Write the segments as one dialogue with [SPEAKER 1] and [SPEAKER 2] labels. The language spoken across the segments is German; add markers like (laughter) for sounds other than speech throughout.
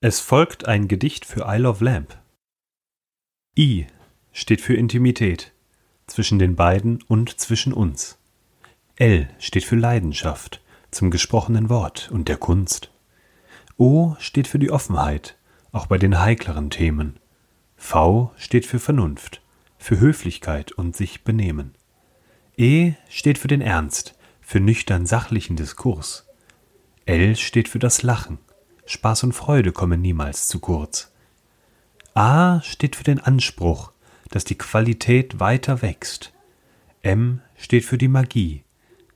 [SPEAKER 1] Es folgt ein Gedicht für Isle of Lamp. I steht für Intimität zwischen den beiden und zwischen uns. L steht für Leidenschaft zum gesprochenen Wort und der Kunst. O steht für die Offenheit, auch bei den heikleren Themen. V steht für Vernunft, für Höflichkeit und sich benehmen. E steht für den Ernst, für nüchtern sachlichen Diskurs. L steht für das Lachen. Spaß und Freude kommen niemals zu kurz. A steht für den Anspruch, dass die Qualität weiter wächst. M steht für die Magie,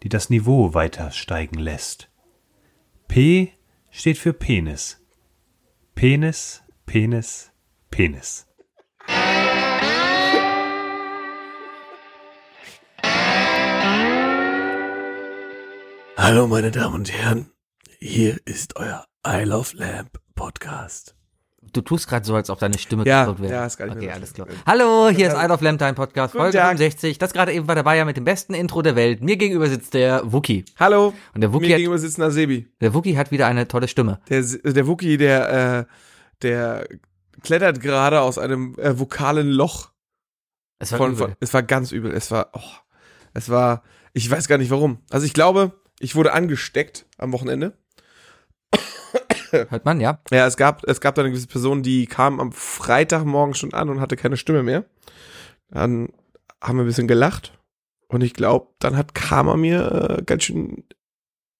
[SPEAKER 1] die das Niveau weiter steigen lässt. P steht für Penis. Penis, Penis, Penis.
[SPEAKER 2] Hallo, meine Damen und Herren. Hier ist euer I Love Lamp Podcast.
[SPEAKER 3] Du tust gerade so, als ob deine Stimme
[SPEAKER 2] Ja,
[SPEAKER 3] kaputt wäre.
[SPEAKER 2] ja, ist gar nicht
[SPEAKER 3] okay,
[SPEAKER 2] mehr so
[SPEAKER 3] alles klar.
[SPEAKER 2] schlimm.
[SPEAKER 3] Hallo, hier ist Isle of Lamb, dein Podcast,
[SPEAKER 2] Guten
[SPEAKER 3] Folge
[SPEAKER 2] Tag.
[SPEAKER 3] 65. Das gerade eben war der Bayer mit dem besten Intro der Welt. Mir gegenüber sitzt der Wookie.
[SPEAKER 2] Hallo.
[SPEAKER 3] Und der Wookie
[SPEAKER 2] Mir
[SPEAKER 3] hat-
[SPEAKER 2] gegenüber sitzt Nasebi.
[SPEAKER 3] Der Wookie hat wieder eine tolle Stimme.
[SPEAKER 2] Der, S- der Wookie, der, äh, der klettert gerade aus einem äh, vokalen Loch.
[SPEAKER 3] Es war
[SPEAKER 2] Von,
[SPEAKER 3] übel.
[SPEAKER 2] von, es war ganz übel. Es war, oh, es war, ich weiß gar nicht warum. Also ich glaube, ich wurde angesteckt am Wochenende.
[SPEAKER 3] Hört man, ja?
[SPEAKER 2] Ja, es gab, es gab da eine gewisse Person, die kam am Freitagmorgen schon an und hatte keine Stimme mehr. Dann haben wir ein bisschen gelacht. Und ich glaube, dann hat Karma mir äh, ganz schön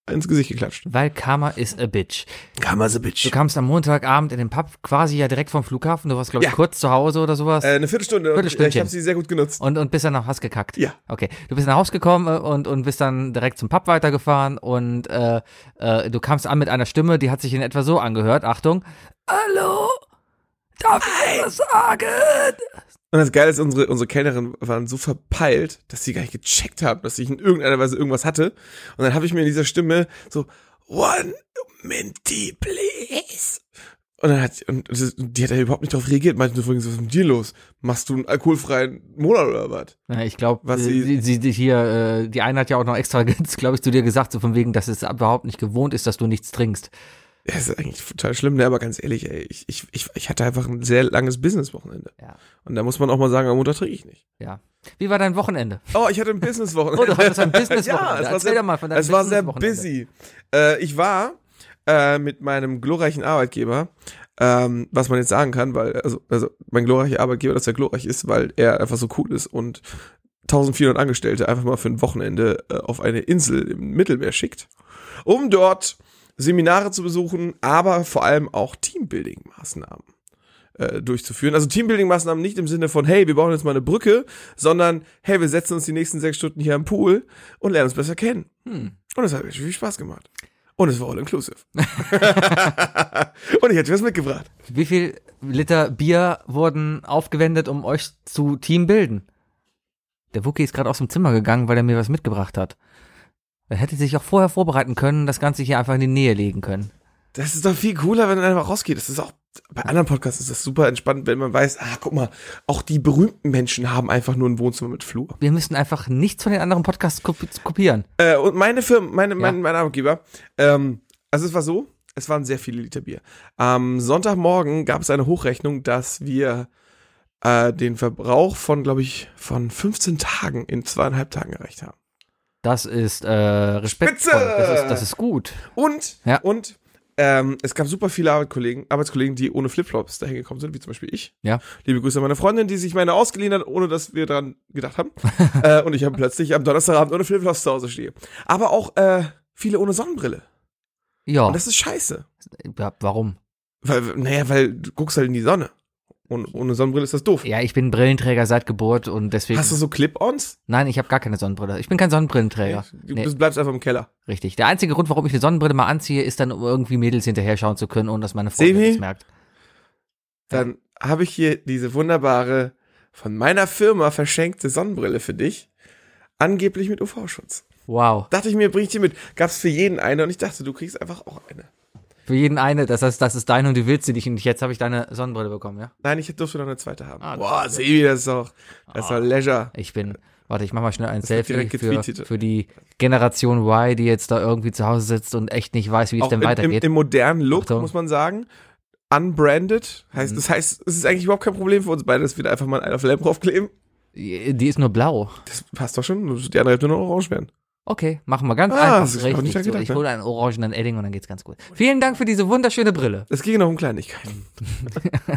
[SPEAKER 2] ins Gesicht geklatscht.
[SPEAKER 3] Weil Karma is a bitch.
[SPEAKER 2] Karma's a bitch.
[SPEAKER 3] Du kamst am Montagabend in den Pub, quasi ja direkt vom Flughafen. Du warst, glaube ich,
[SPEAKER 2] Ja.
[SPEAKER 3] kurz zu Hause oder sowas.
[SPEAKER 2] Äh, eine Viertelstunde.
[SPEAKER 3] Viertelstündchen.
[SPEAKER 2] Ich habe sie sehr gut genutzt.
[SPEAKER 3] und, und bist dann nach Haus gekackt.
[SPEAKER 2] Ja.
[SPEAKER 3] Okay. Du bist nach Haus gekommen äh, und, und bist dann direkt zum Pub weitergefahren und äh, äh, du kamst an mit einer Stimme, die hat sich in etwa so angehört. Achtung. Hallo? Darf ich was sagen?
[SPEAKER 2] Und das Geile ist, unsere, unsere Kellnerin waren so verpeilt, dass sie gar nicht gecheckt haben, dass ich in irgendeiner Weise irgendwas hatte. Und dann habe ich mir in dieser Stimme so, one minty, please. Und dann hat, und das- die hat ja überhaupt nicht darauf reagiert, meinte übrigens, was ist mit dir los? Machst du einen alkoholfreien Monat oder was?
[SPEAKER 3] Na, ich glaube,
[SPEAKER 2] Was sie-
[SPEAKER 3] sie, sie, sie hier, äh, die eine hat ja auch noch extra, (laughs) glaube ich, zu dir gesagt, so von wegen, dass es überhaupt nicht gewohnt ist, dass du nichts trinkst.
[SPEAKER 2] Ja, Das ist eigentlich total schlimm, ne? aber ganz ehrlich, ey, ich, ich, ich, ich hatte einfach ein sehr langes Businesswochenende.
[SPEAKER 3] Ja.
[SPEAKER 2] Und da muss man auch mal sagen, am Montag trinke ich nicht.
[SPEAKER 3] Ja. Wie war dein Wochenende?
[SPEAKER 2] Oh, ich hatte ein
[SPEAKER 3] Oh, du
[SPEAKER 2] Businesswochenende.
[SPEAKER 3] hattest ein
[SPEAKER 2] (laughs)
[SPEAKER 3] Business-Wochenende.
[SPEAKER 2] Ja, es war
[SPEAKER 3] Erzähl
[SPEAKER 2] sehr,
[SPEAKER 3] doch mal von deinem
[SPEAKER 2] es war sehr
[SPEAKER 3] Business-Wochenende.
[SPEAKER 2] busy. Äh, ich war äh, mit meinem glorreichen Arbeitgeber, ähm, was man jetzt sagen kann, weil, also, also mein glorreicher Arbeitgeber, dass er glorreich ist, weil er einfach so cool ist und 1400 Angestellte einfach mal für ein Wochenende äh, auf eine Insel im Mittelmeer schickt, um dort Seminare zu besuchen, aber vor allem auch Teambuilding-Maßnahmen äh, durchzuführen. Also Teambuilding-Maßnahmen nicht im Sinne von, hey, wir bauen jetzt mal eine Brücke, sondern, hey, wir setzen uns die nächsten sechs Stunden hier am Pool und lernen uns besser kennen.
[SPEAKER 3] Hm.
[SPEAKER 2] Und es hat mir viel Spaß gemacht. Und es war all inclusive. (laughs) und ich hätte was mitgebracht.
[SPEAKER 3] Wie viel Liter Bier wurden aufgewendet, um euch zu Team bilden? Der Wookie ist gerade aus dem Zimmer gegangen, weil er mir was mitgebracht hat. Er hätte sich auch vorher vorbereiten können, und das Ganze hier einfach in die Nähe legen können.
[SPEAKER 2] Das ist doch viel cooler, wenn man einfach rausgeht. Das ist auch, bei anderen Podcasts ist das super entspannt, wenn man weiß, ah, guck mal, auch die berühmten Menschen haben einfach nur ein Wohnzimmer mit Flur.
[SPEAKER 3] Wir müssen einfach nichts von den anderen Podcasts kopi kopieren.
[SPEAKER 2] Äh, und meine Firma, meine, mein, mein Arbeitgeber, ähm, also es war so, es waren sehr viele Liter Bier. Am Sonntagmorgen gab es eine Hochrechnung, dass wir äh, den Verbrauch von, glaube ich, von 15 Tagen in zweieinhalb Tagen erreicht haben.
[SPEAKER 3] Das ist äh, respektvoll.
[SPEAKER 2] Spitze!
[SPEAKER 3] Das ist, das ist gut.
[SPEAKER 2] Und,
[SPEAKER 3] Ja. und,
[SPEAKER 2] und ähm, es gab super viele Arbeitskollegen, Arbeitskollegen, die ohne Flipflops dahin gekommen sind, wie zum Beispiel ich.
[SPEAKER 3] Ja.
[SPEAKER 2] Liebe Grüße an meine Freundin, die sich meine ausgeliehen hat, ohne dass wir dran gedacht haben. äh, und ich habe plötzlich am Donnerstagabend ohne Flipflops zu Hause stehe. Aber auch äh, viele ohne Sonnenbrille.
[SPEAKER 3] Ja.
[SPEAKER 2] Und das ist scheiße.
[SPEAKER 3] ja. Warum?
[SPEAKER 2] Weil, naja, weil du guckst halt in die Sonne. Und ohne Sonnenbrille ist das doof.
[SPEAKER 3] Ja, ich bin Brillenträger seit Geburt und deswegen.
[SPEAKER 2] Hast du so Clip-Ons?
[SPEAKER 3] Nein, ich habe gar keine Sonnenbrille. Ich bin kein Sonnenbrillenträger.
[SPEAKER 2] Du
[SPEAKER 3] Nee.
[SPEAKER 2] bist, bleibst einfach im Keller.
[SPEAKER 3] Richtig. Der einzige Grund, warum ich eine Sonnenbrille mal anziehe, ist dann, um irgendwie Mädels hinterher schauen zu können, ohne dass meine Freundin
[SPEAKER 2] Sebi?
[SPEAKER 3] das merkt.
[SPEAKER 2] Dann habe ich hier diese wunderbare, von meiner Firma verschenkte Sonnenbrille für dich. Angeblich mit UV-Schutz.
[SPEAKER 3] Wow.
[SPEAKER 2] Dachte ich mir, bring ich dir mit. Gab's für jeden eine und ich dachte, du kriegst einfach auch eine.
[SPEAKER 3] Für jeden eine, das heißt, das ist deine und du willst sie nicht und jetzt habe ich deine Sonnenbrille bekommen, ja?
[SPEAKER 2] Nein, ich durfte noch eine zweite haben.
[SPEAKER 3] Ah, das Ah.
[SPEAKER 2] Boah, Sebi, das ist doch, das ist doch Leisure.
[SPEAKER 3] Ich bin, warte, ich mache mal schnell ein
[SPEAKER 2] wird
[SPEAKER 3] Selfie
[SPEAKER 2] direkt
[SPEAKER 3] für,
[SPEAKER 2] getweetet.
[SPEAKER 3] für die Generation Y, die jetzt da irgendwie zu Hause sitzt und echt nicht weiß, wie es
[SPEAKER 2] Auch
[SPEAKER 3] denn
[SPEAKER 2] im, im,
[SPEAKER 3] weitergeht.
[SPEAKER 2] im modernen Look,
[SPEAKER 3] Achtung. Mhm.
[SPEAKER 2] muss man sagen. unbranded. Heißt, Das heißt, es ist eigentlich überhaupt kein Problem für uns beide, dass wir da einfach mal einen auf Lamp draufkleben.
[SPEAKER 3] Die ist nur blau.
[SPEAKER 2] Das passt doch schon. Die andere hätte nur noch orange werden.
[SPEAKER 3] Okay, machen wir ganz
[SPEAKER 2] Ah,
[SPEAKER 3] einfach.
[SPEAKER 2] das ist auch nicht gedacht,
[SPEAKER 3] richtig so. Ich
[SPEAKER 2] ne?
[SPEAKER 3] hole einen orangenen Edding und dann geht's ganz gut. Vielen Dank für diese wunderschöne Brille.
[SPEAKER 2] Es ging noch um Kleinigkeiten.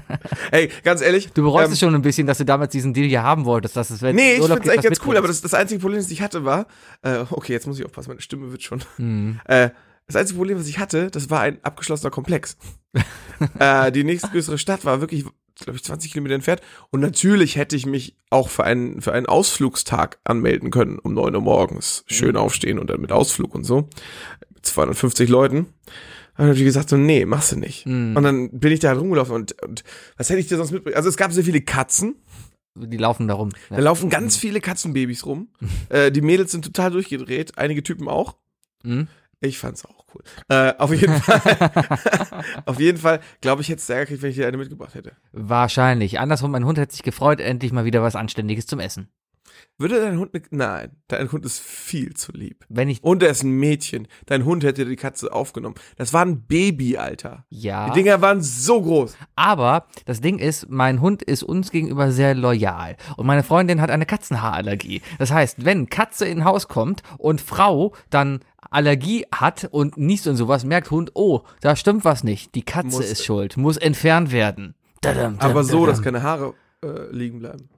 [SPEAKER 2] (laughs) Ey, ganz ehrlich.
[SPEAKER 3] Du bereust
[SPEAKER 2] ähm,
[SPEAKER 3] es schon ein bisschen, dass du damals diesen Deal hier haben wolltest. Dass es, wenn
[SPEAKER 2] Nee, ich
[SPEAKER 3] Urlaub
[SPEAKER 2] find's
[SPEAKER 3] geht,
[SPEAKER 2] eigentlich
[SPEAKER 3] was
[SPEAKER 2] ganz cool, aber
[SPEAKER 3] mitbringst.
[SPEAKER 2] das, das einzige Problem, das ich hatte, war, äh, okay, jetzt muss ich aufpassen, meine Stimme wird schon.
[SPEAKER 3] Mhm.
[SPEAKER 2] (laughs) Äh, das einzige Problem, was ich hatte, das war ein abgeschlossener Komplex. (laughs) äh, die nächstgrößere Stadt war wirklich, glaube ich, 20 Kilometer entfernt. Und natürlich hätte ich mich auch für einen, für einen Ausflugstag anmelden können, um 9 Uhr morgens.
[SPEAKER 3] Mhm.
[SPEAKER 2] Schön aufstehen und dann mit Ausflug und so. Mit 250 Lehmen. Hab ich natürlich gesagt, so, nee, machst du
[SPEAKER 3] Mhm.
[SPEAKER 2] nicht. Und dann bin ich da halt rumgelaufen und, und was hätte ich dir sonst mitbringen? Also es gab sehr viele Katzen.
[SPEAKER 3] Mm, Die laufen da rum. Ja.
[SPEAKER 2] Da laufen ganz viele Katzenbabys rum. äh, die Mädels sind total durchgedreht, einige Typen auch.
[SPEAKER 3] Mhm.
[SPEAKER 2] Ich fand's auch cool. Äh, auf jeden Fall, auf jeden Fall, glaube ich, hätte es Ärger gekriegt, wenn ich dir eine mitgebracht hätte.
[SPEAKER 3] Wahrscheinlich. Andersrum, mein Hund hätte sich gefreut, endlich mal wieder was Anständiges zum Essen.
[SPEAKER 2] Würde dein Hund ne, nein, dein Hund ist viel zu lieb.
[SPEAKER 3] Wenn ich.
[SPEAKER 2] Und er ist ein Mädchen. Dein Hund hätte die Katze aufgenommen. Das war ein Baby, Alter.
[SPEAKER 3] Ja.
[SPEAKER 2] Die Dinger waren so groß.
[SPEAKER 3] Aber das Ding ist, mein Hund ist uns gegenüber sehr loyal. Und meine Freundin hat eine Katzenhaarallergie. Das heißt, wenn Katze in Haus kommt und Frau dann Allergie hat und niest und sowas, merkt Hund, oh, da stimmt was nicht. Die Katze
[SPEAKER 2] Muss-
[SPEAKER 3] ist schuld, muss entfernt werden. Dadam, dadam,
[SPEAKER 2] Aber so, dass
[SPEAKER 3] dadam.
[SPEAKER 2] keine Haare äh, liegen bleiben.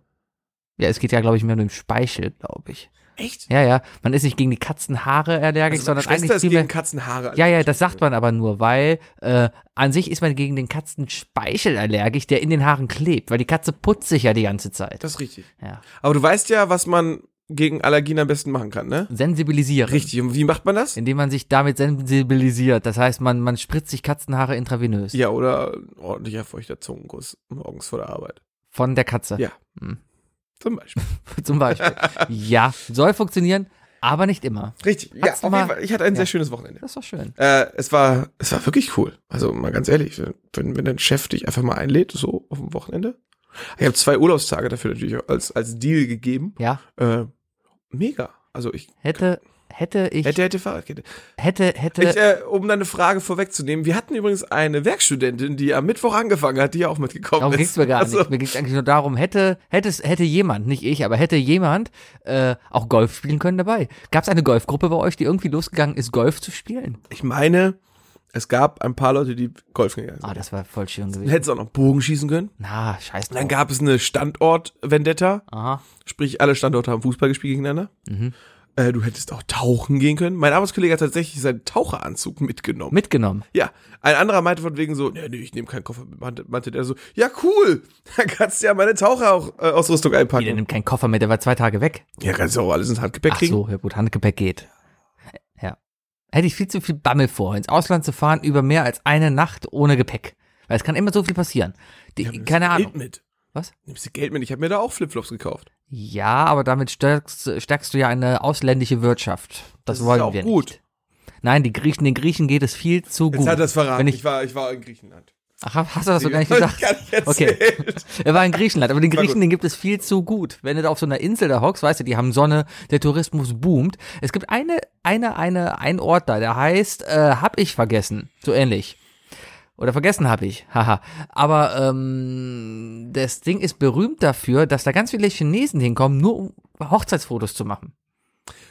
[SPEAKER 3] Ja, es geht ja, glaube ich, mehr um den Speichel, glaube ich.
[SPEAKER 2] Echt?
[SPEAKER 3] Ja, ja. Man ist nicht gegen die Katzenhaare allergisch,
[SPEAKER 2] Also meine
[SPEAKER 3] sondern
[SPEAKER 2] Schwester
[SPEAKER 3] eigentlich
[SPEAKER 2] ist
[SPEAKER 3] vielmehr.
[SPEAKER 2] gegen Katzenhaare.
[SPEAKER 3] Ja, ja, das sagt man aber nur, weil äh, an sich ist man gegen den Katzenspeichel allergisch, der in den Haaren klebt, weil die Katze putzt sich ja die ganze Zeit.
[SPEAKER 2] Das ist richtig.
[SPEAKER 3] Ja.
[SPEAKER 2] Aber du weißt ja, was man gegen Allergien am besten machen kann, ne?
[SPEAKER 3] Sensibilisieren.
[SPEAKER 2] Richtig. Und wie macht man das?
[SPEAKER 3] Indem man sich damit sensibilisiert. Das heißt, man, man spritzt sich Katzenhaare intravenös.
[SPEAKER 2] Ja, oder ein ordentlicher feuchter Zungenguss morgens vor der Arbeit.
[SPEAKER 3] Von der Katze.
[SPEAKER 2] Ja.
[SPEAKER 3] Hm.
[SPEAKER 2] Zum Beispiel.
[SPEAKER 3] (laughs) Zum Beispiel. ja, soll funktionieren, aber nicht immer.
[SPEAKER 2] Richtig. Ja,
[SPEAKER 3] Hat's
[SPEAKER 2] auf
[SPEAKER 3] mal-
[SPEAKER 2] jeden Fall. Ich hatte ein
[SPEAKER 3] Ja.
[SPEAKER 2] sehr schönes Wochenende.
[SPEAKER 3] Das ist doch schön.
[SPEAKER 2] Äh, es war, es war wirklich cool. Also mal ganz ehrlich, wenn, wenn wenn dein Chef dich einfach mal einlädt, so auf dem Wochenende. Ich habe zwei Urlaubstage dafür natürlich auch als, als Deal gegeben.
[SPEAKER 3] Ja.
[SPEAKER 2] Äh, mega. Also ich
[SPEAKER 3] Hätte, hätte ich, hätte,
[SPEAKER 2] hätte, hätte Fahrradkette.
[SPEAKER 3] hätte,
[SPEAKER 2] Ich, äh, um deine Frage vorwegzunehmen, wir hatten übrigens eine Werkstudentin, die am Mittwoch angefangen hat, die ja auch mitgekommen
[SPEAKER 3] Darum
[SPEAKER 2] ist.
[SPEAKER 3] ging's mir gar
[SPEAKER 2] also,
[SPEAKER 3] nicht. Mir ging's eigentlich nur darum, hätte, hätte, es- hätte jemand, nicht ich, aber hätte jemand äh, auch Golf spielen können dabei. Gab's eine Golfgruppe bei euch, die irgendwie losgegangen ist, Golf zu spielen?
[SPEAKER 2] Ich meine, es gab ein paar Leute, die Golf gegangen sind.
[SPEAKER 3] Ah, das war voll schön
[SPEAKER 2] Dann
[SPEAKER 3] gewesen.
[SPEAKER 2] hättest du auch noch Bogen schießen können.
[SPEAKER 3] Na, scheiß
[SPEAKER 2] Dann
[SPEAKER 3] drauf.
[SPEAKER 2] gab es eine Standort-Vendetta,
[SPEAKER 3] Aha.
[SPEAKER 2] sprich alle Standorte haben Fußball gespielt gegeneinander.
[SPEAKER 3] Mhm.
[SPEAKER 2] Äh, du hättest auch tauchen gehen können. Mein Arbeitskollege hat tatsächlich seinen Taucheranzug mitgenommen.
[SPEAKER 3] Mitgenommen.
[SPEAKER 2] ja, ein anderer meinte von wegen so, nee, nee, ich nehme keinen Koffer mit, meinte, meinte der so, ja cool, (laughs) dann kannst du ja meine Taucherausrüstung
[SPEAKER 3] Wie, der
[SPEAKER 2] einpacken.
[SPEAKER 3] nimmt keinen Koffer mit, der war zwei Tage weg.
[SPEAKER 2] Ja, kannst du auch alles ins Handgepäck
[SPEAKER 3] Ach
[SPEAKER 2] kriegen.
[SPEAKER 3] so, ja gut, Handgepäck geht. Ja. Hätte ich viel zu viel Bammel vor, ins Ausland zu fahren über mehr als eine Nacht ohne Gepäck. Weil es kann immer so viel passieren. Die,
[SPEAKER 2] Ja, nimmst
[SPEAKER 3] keine
[SPEAKER 2] du
[SPEAKER 3] Ahnung.
[SPEAKER 2] Geld mit.
[SPEAKER 3] Was?
[SPEAKER 2] Nimmst du Geld mit? Ich habe mir da auch Flipflops gekauft.
[SPEAKER 3] Ja, aber damit stärkst, stärkst du ja eine ausländische Wirtschaft. Das,
[SPEAKER 2] Das ist
[SPEAKER 3] wollen
[SPEAKER 2] ja auch
[SPEAKER 3] wir
[SPEAKER 2] gut.
[SPEAKER 3] nicht. Nein, die Griechen, den Griechen geht es viel zu
[SPEAKER 2] Jetzt
[SPEAKER 3] gut.
[SPEAKER 2] hat er es verraten.
[SPEAKER 3] Wenn ich-
[SPEAKER 2] ich, war, ich war in Griechenland.
[SPEAKER 3] Ach, hast du das
[SPEAKER 2] (laughs)
[SPEAKER 3] so gar nicht
[SPEAKER 2] Hab ich
[SPEAKER 3] gesagt?
[SPEAKER 2] Gar nicht
[SPEAKER 3] Okay.
[SPEAKER 2] erzählt.
[SPEAKER 3] Er war in Griechenland, aber den
[SPEAKER 2] (laughs) War
[SPEAKER 3] Griechen,
[SPEAKER 2] gut.
[SPEAKER 3] den gibt es viel zu gut. Wenn du da auf so einer Insel da hockst, weißt du, die haben Sonne, der Tourismus boomt. Es gibt eine, eine, eine, ein Ort da, der heißt, äh, hab ich vergessen. So ähnlich. Oder vergessen hab ich. Haha. Aber ähm, das Ding ist berühmt dafür, dass da ganz viele Chinesen hinkommen, nur um Hochzeitsfotos zu machen.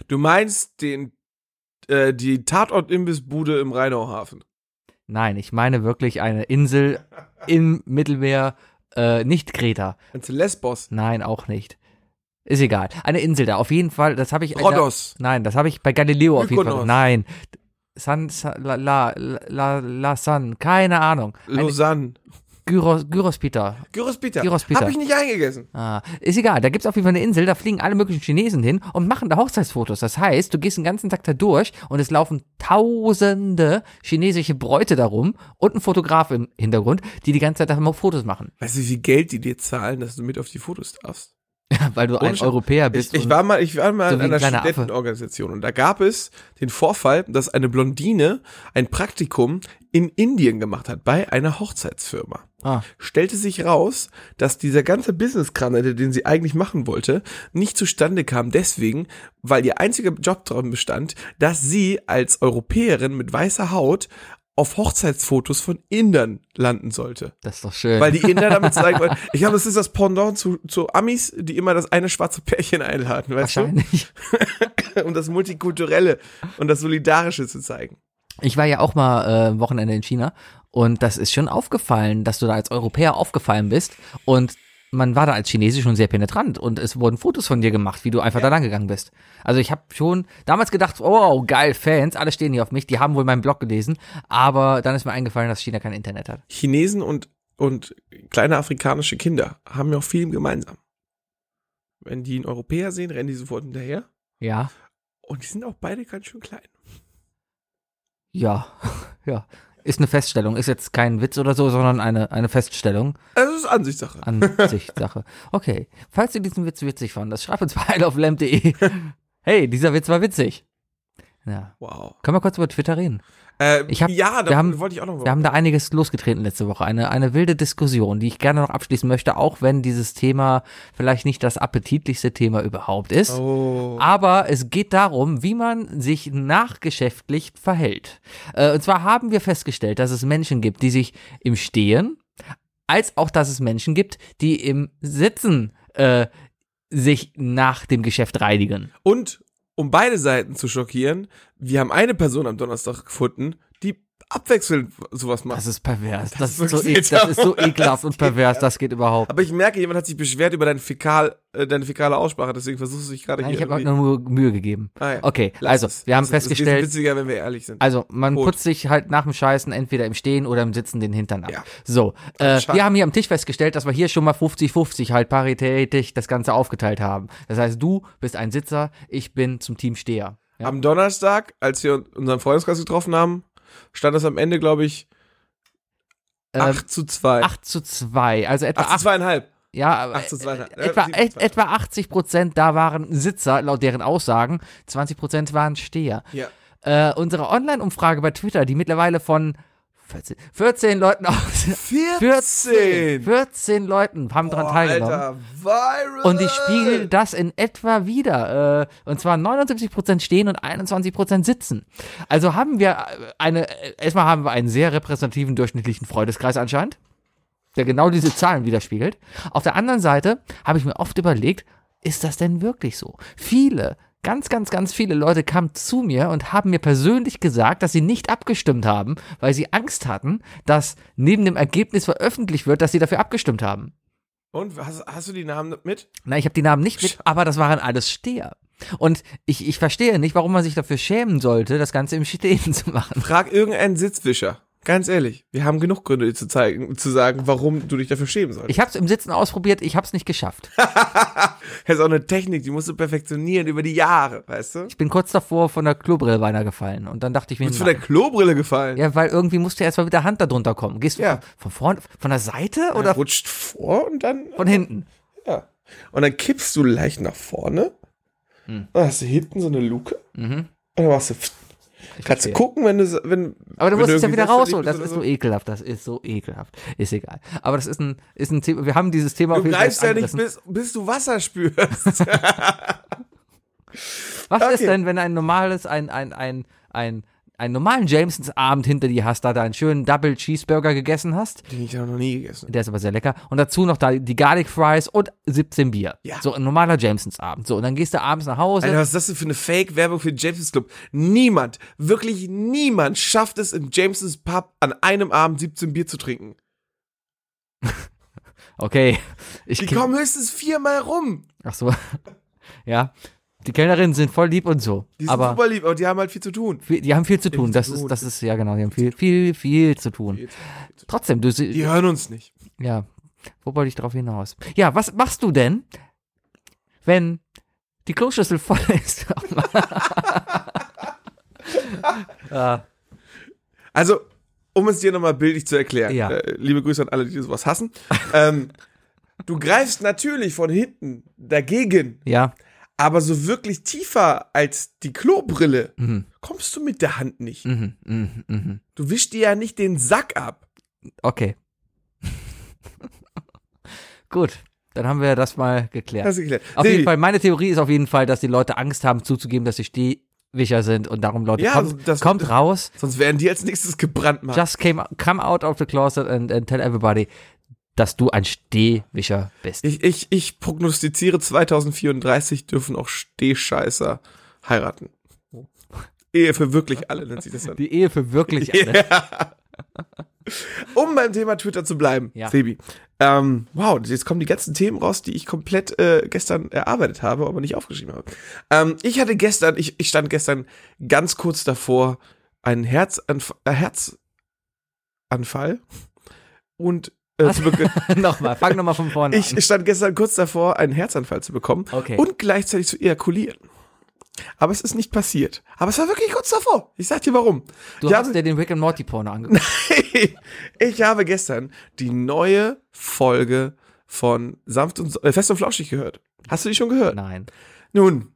[SPEAKER 2] Du meinst den, äh, die Tatort-Imbissbude im Rheinauhafen.
[SPEAKER 3] Nein, ich meine wirklich eine Insel im Mittelmeer, äh, nicht Kreta.
[SPEAKER 2] Meinst du Lesbos?
[SPEAKER 3] Nein, auch nicht. Ist egal. Eine Insel da. Auf jeden Fall, das habe ich.
[SPEAKER 2] Rhodos.
[SPEAKER 3] Nein, das habe ich bei Galileo auf jeden Fall.
[SPEAKER 2] Mykonos.
[SPEAKER 3] Nein. San, San la, la, la, la San, keine Ahnung. Ein
[SPEAKER 2] Lausanne.
[SPEAKER 3] Gyros, Gyrospita.
[SPEAKER 2] Gyros Peter.
[SPEAKER 3] Gyros Peter.
[SPEAKER 2] Hab ich nicht eingegessen.
[SPEAKER 3] Ah, ist egal, da gibt's auf jeden Fall eine Insel, da fliegen alle möglichen Chinesen hin und machen da Hochzeitsfotos. Das heißt, du gehst den ganzen Tag da durch und es laufen tausende chinesische Bräute darum und ein Fotograf im Hintergrund, die die ganze Zeit da immer Fotos machen.
[SPEAKER 2] Weißt du, wie viel Geld die dir zahlen, dass du mit auf die Fotos darfst?
[SPEAKER 3] Weil du ein
[SPEAKER 2] Sche-
[SPEAKER 3] Europäer bist.
[SPEAKER 2] Ich, ich
[SPEAKER 3] und-
[SPEAKER 2] war mal, ich war mal
[SPEAKER 3] so
[SPEAKER 2] in
[SPEAKER 3] wie ein
[SPEAKER 2] einer
[SPEAKER 3] kleiner Affe.
[SPEAKER 2] Studentenorganisation und da gab es den Vorfall, dass eine Blondine ein Praktikum in Indien gemacht hat bei einer Hochzeitsfirma.
[SPEAKER 3] ah,
[SPEAKER 2] stellte sich raus, dass dieser ganze Businesskram, den sie eigentlich machen wollte, nicht zustande kam deswegen, weil ihr einziger Job daran bestand, dass sie als Europäerin mit weißer Haut auf Hochzeitsfotos von Indern landen sollte.
[SPEAKER 3] Das ist doch schön.
[SPEAKER 2] Weil die Inder damit zeigen wollen. Ich glaube, es ist das Pendant zu, zu Amis, die immer das eine schwarze Pärchen einladen, weißt
[SPEAKER 3] Wahrscheinlich.
[SPEAKER 2] du? Um das Multikulturelle und das Solidarische zu zeigen.
[SPEAKER 3] Ich war ja auch mal äh, am Wochenende in China und das ist schon aufgefallen, dass du da als Europäer aufgefallen bist und man war da als Chinese schon sehr penetrant und es wurden Fotos von dir gemacht, wie du einfach da lang gegangen bist. Also ich habe schon damals gedacht, oh geil, Fans, alle stehen hier auf mich, die haben wohl meinen Blog gelesen, aber dann ist mir eingefallen, dass China kein Internet hat.
[SPEAKER 2] Chinesen und, und kleine afrikanische Kinder haben ja auch viel gemeinsam. Wenn die einen Europäer sehen, rennen die sofort hinterher.
[SPEAKER 3] Ja.
[SPEAKER 2] Und die sind auch beide ganz schön klein.
[SPEAKER 3] Ja, (laughs) ja. Ist eine Feststellung, ist jetzt kein Witz oder so, sondern eine, eine Feststellung.
[SPEAKER 2] Also es ist Ansichtssache.
[SPEAKER 3] Ansichtssache. Okay, falls ihr diesen Witz witzig fandet, schreibt uns bei love.lamp.de. Hey, dieser Witz war witzig. Ja.
[SPEAKER 2] Wow.
[SPEAKER 3] Können wir kurz über Twitter reden?
[SPEAKER 2] Äh,
[SPEAKER 3] Ich hab-
[SPEAKER 2] ja, da
[SPEAKER 3] wir haben-
[SPEAKER 2] wollte ich auch noch
[SPEAKER 3] Wir haben da einiges losgetreten letzte Woche. Eine, eine wilde Diskussion, die ich gerne noch abschließen möchte, auch wenn dieses Thema vielleicht nicht das appetitlichste Thema überhaupt ist.
[SPEAKER 2] Oh.
[SPEAKER 3] Aber es geht darum, wie man sich nachgeschäftlich verhält. Äh, und zwar haben wir festgestellt, dass es Menschen gibt, die sich im Stehen, als auch, dass es Menschen gibt, die im Sitzen äh, sich nach dem Geschäft reinigen.
[SPEAKER 2] Und um beide Seiten zu schockieren, wir haben eine Person am Donnerstag gefunden, die abwechselnd sowas macht.
[SPEAKER 3] Das ist pervers. Das,
[SPEAKER 2] ist
[SPEAKER 3] ist, so
[SPEAKER 2] wirklich
[SPEAKER 3] ek- das ist so ekelhaft und
[SPEAKER 2] geht
[SPEAKER 3] pervers. Das geht überhaupt.
[SPEAKER 2] Aber ich merke, jemand hat sich beschwert über dein Fäkal, äh, deine fäkale Aussprache, deswegen versuchst du dich gerade
[SPEAKER 3] Nein,
[SPEAKER 2] hier
[SPEAKER 3] ich habe mir
[SPEAKER 2] irgendwie-
[SPEAKER 3] nur Mühe gegeben.
[SPEAKER 2] Ah, ja.
[SPEAKER 3] Okay,
[SPEAKER 2] Lass
[SPEAKER 3] also
[SPEAKER 2] es.
[SPEAKER 3] wir haben
[SPEAKER 2] Lass es.
[SPEAKER 3] festgestellt,
[SPEAKER 2] Es ist witziger, wenn wir ehrlich sind.
[SPEAKER 3] Also man
[SPEAKER 2] Gut.
[SPEAKER 3] putzt sich halt nach dem Scheißen entweder im Stehen oder im Sitzen den Hintern ab.
[SPEAKER 2] Ja.
[SPEAKER 3] So, äh,
[SPEAKER 2] Schade.
[SPEAKER 3] wir haben hier am Tisch festgestellt, dass wir hier schon mal 50-50 halt paritätisch das Ganze aufgeteilt haben. Das heißt, du bist ein Sitzer, ich bin zum Team Steher. Ja?
[SPEAKER 2] Am Donnerstag, als wir unseren Freundeskreis getroffen haben, stand das am Ende, glaube ich,
[SPEAKER 3] Ähm,
[SPEAKER 2] 8 zu 2.
[SPEAKER 3] 8 zu 2, also etwa
[SPEAKER 2] 8
[SPEAKER 3] 8,
[SPEAKER 2] zu 2,5.
[SPEAKER 3] ja, aber,
[SPEAKER 2] 8 zu 2.
[SPEAKER 3] äh, etwa,
[SPEAKER 2] Ja,
[SPEAKER 3] et, etwa 80 Prozent da waren Sitzer, laut deren Aussagen, 20 Prozent waren Steher.
[SPEAKER 2] Ja.
[SPEAKER 3] Äh, unsere Online-Umfrage bei Twitter, die mittlerweile von 14, 14 Leuten aus, 14,
[SPEAKER 2] 14!
[SPEAKER 3] 14 Leuten haben daran
[SPEAKER 2] Boah,
[SPEAKER 3] teilgenommen.
[SPEAKER 2] Alter, viral!
[SPEAKER 3] Und ich spiegel das in etwa wieder. äh, Und zwar 79% stehen und 21% sitzen. Also haben wir eine, äh, erstmal haben wir einen sehr repräsentativen durchschnittlichen Freundeskreis anscheinend, der genau diese Zahlen widerspiegelt. Auf der anderen Seite habe ich mir oft überlegt, ist das denn wirklich so? Viele, ganz, ganz, ganz viele Leute kamen zu mir und haben mir persönlich gesagt, dass sie nicht abgestimmt haben, weil sie Angst hatten, dass neben dem Ergebnis veröffentlicht wird, dass sie dafür abgestimmt haben.
[SPEAKER 2] Und hast, hast du die Namen mit?
[SPEAKER 3] Na, ich habe die Namen nicht mit, aber das waren alles Steher. Und ich, ich verstehe nicht, warum man sich dafür schämen sollte, das Ganze im Stehen (laughs) zu machen.
[SPEAKER 2] Frag irgendeinen Sitzwischer. Ganz ehrlich, wir haben genug Gründe dir zu zeigen, zu sagen, warum du dich dafür schämen solltest.
[SPEAKER 3] Ich habe es im Sitzen ausprobiert, ich habe es nicht geschafft.
[SPEAKER 2] Das ist auch eine Technik, die musst du perfektionieren über die Jahre, weißt du?
[SPEAKER 3] Ich bin kurz davor von der Klobrille beinahe gefallen und dann dachte ich mir,
[SPEAKER 2] Bist von der
[SPEAKER 3] nein.
[SPEAKER 2] Klobrille gefallen.
[SPEAKER 3] ja, weil irgendwie musst du erstmal mit der Hand da drunter kommen. Gehst du
[SPEAKER 2] Ja.
[SPEAKER 3] von vorne, von der Seite oder
[SPEAKER 2] Rutscht vor und dann.
[SPEAKER 3] von hinten?
[SPEAKER 2] Ja. Und dann kippst du leicht nach vorne. Dann hast du hinten so eine Luke. Und dann machst du. pft. Kannst du
[SPEAKER 3] verstehe.
[SPEAKER 2] gucken, wenn du. Wenn,
[SPEAKER 3] Aber du
[SPEAKER 2] wenn
[SPEAKER 3] musst es ja wieder
[SPEAKER 2] irgendwie
[SPEAKER 3] rausholen. Das
[SPEAKER 2] festgelegt
[SPEAKER 3] ist
[SPEAKER 2] bist
[SPEAKER 3] so
[SPEAKER 2] oder
[SPEAKER 3] ekelhaft, das ist so ekelhaft. Ist egal. Aber das ist ein, ist ein Thema, wir haben dieses Thema auf
[SPEAKER 2] Du
[SPEAKER 3] jeden Fall
[SPEAKER 2] greifst ja nicht,
[SPEAKER 3] angerissen.
[SPEAKER 2] bis, bis du Wasser (laughs) spürst.
[SPEAKER 3] Was
[SPEAKER 2] Okay.
[SPEAKER 3] ist denn, wenn ein normales, ein, ein, ein, ein, einen normalen Jamesons-Abend hinter dir hast, da du einen schönen Double Cheeseburger gegessen hast?
[SPEAKER 2] Den ich ja noch nie gegessen.
[SPEAKER 3] Der ist aber sehr lecker. Und dazu noch da die Garlic Fries und 17 Bier.
[SPEAKER 2] Ja.
[SPEAKER 3] So ein normaler Jamesons-Abend. So, und dann gehst du abends nach Hause.
[SPEAKER 2] Alter, was ist das denn für eine Fake-Werbung für den Jamesons Club? Niemand, wirklich niemand schafft es im Jamesons Pub an einem Abend 17 Bier zu trinken.
[SPEAKER 3] Okay. Ich
[SPEAKER 2] Die
[SPEAKER 3] kenn-
[SPEAKER 2] kommen höchstens viermal rum.
[SPEAKER 3] Ach so. (laughs) ja. Die Kellnerinnen sind voll lieb und so.
[SPEAKER 2] Die sind
[SPEAKER 3] aber
[SPEAKER 2] super lieb, aber die haben halt viel zu tun.
[SPEAKER 3] viel, die haben viel zu tun.
[SPEAKER 2] zu
[SPEAKER 3] das
[SPEAKER 2] tun.
[SPEAKER 3] ist, das ist, ja genau, die haben viel, viel, viel zu tun.
[SPEAKER 2] Viel zu
[SPEAKER 3] Trotzdem, du, sie-
[SPEAKER 2] Die hören uns nicht.
[SPEAKER 3] Ja, wo wollte ich drauf hinaus? Ja, was machst du denn, wenn die Kloschüssel voll (laughs) ist? Ah,
[SPEAKER 2] Also, um es dir nochmal bildlich zu erklären,
[SPEAKER 3] Ja.
[SPEAKER 2] äh, liebe Grüße an alle, die sowas
[SPEAKER 3] (laughs)
[SPEAKER 2] hassen. ähm, du greifst natürlich von hinten dagegen,
[SPEAKER 3] ja,
[SPEAKER 2] aber so wirklich tiefer als die Klobrille
[SPEAKER 3] mhm,
[SPEAKER 2] kommst du mit der Hand nicht.
[SPEAKER 3] mhm, mhm, mhm.
[SPEAKER 2] Du wischst dir ja nicht den Sack ab.
[SPEAKER 3] okay. (laughs) Gut, dann haben wir das mal geklärt.
[SPEAKER 2] Hast du geklärt.
[SPEAKER 3] Auf
[SPEAKER 2] Sebi,
[SPEAKER 3] jeden Fall, meine Theorie ist auf jeden Fall, dass die Leute Angst haben zuzugeben, dass sie ste Wicher sind und darum, Leute,
[SPEAKER 2] Ja,
[SPEAKER 3] kommt,
[SPEAKER 2] also das-
[SPEAKER 3] kommt raus.
[SPEAKER 2] Sonst werden die als nächstes gebrannt, Mann.
[SPEAKER 3] Just came, come out of the closet and, and tell everybody, dass du ein Stehwischer bist.
[SPEAKER 2] Ich, ich, ich prognostiziere 2034 dürfen auch Stehscheißer heiraten.
[SPEAKER 3] Oh.
[SPEAKER 2] Ehe für wirklich alle nennt sich das dann.
[SPEAKER 3] Die Ehe
[SPEAKER 2] (laughs)
[SPEAKER 3] für wirklich alle.
[SPEAKER 2] Ja. Um beim Thema Twitter zu bleiben,
[SPEAKER 3] Ja.
[SPEAKER 2] Sebi. Ähm, wow, jetzt kommen die ganzen Themen raus, die ich komplett äh, gestern erarbeitet habe, aber nicht aufgeschrieben habe. Ähm, ich hatte gestern, ich, ich stand gestern ganz kurz davor, einen Herzanf äh, Herzanfall und äh, zu
[SPEAKER 3] (laughs)
[SPEAKER 2] bek-
[SPEAKER 3] nochmal, fang nochmal von vorne an.
[SPEAKER 2] ich stand gestern kurz davor, einen Herzanfall zu bekommen
[SPEAKER 3] Okay.
[SPEAKER 2] und gleichzeitig zu ejakulieren. Aber es ist nicht passiert. Aber es war wirklich kurz davor. Ich sag dir warum.
[SPEAKER 3] Du
[SPEAKER 2] Ich
[SPEAKER 3] hast
[SPEAKER 2] habe-
[SPEAKER 3] dir den Rick and Morty Porno angeguckt.
[SPEAKER 2] ich habe gestern die neue Folge von Sanft und äh, Fest und Flauschig gehört. Hast du die schon gehört?
[SPEAKER 3] Nein.
[SPEAKER 2] Nun,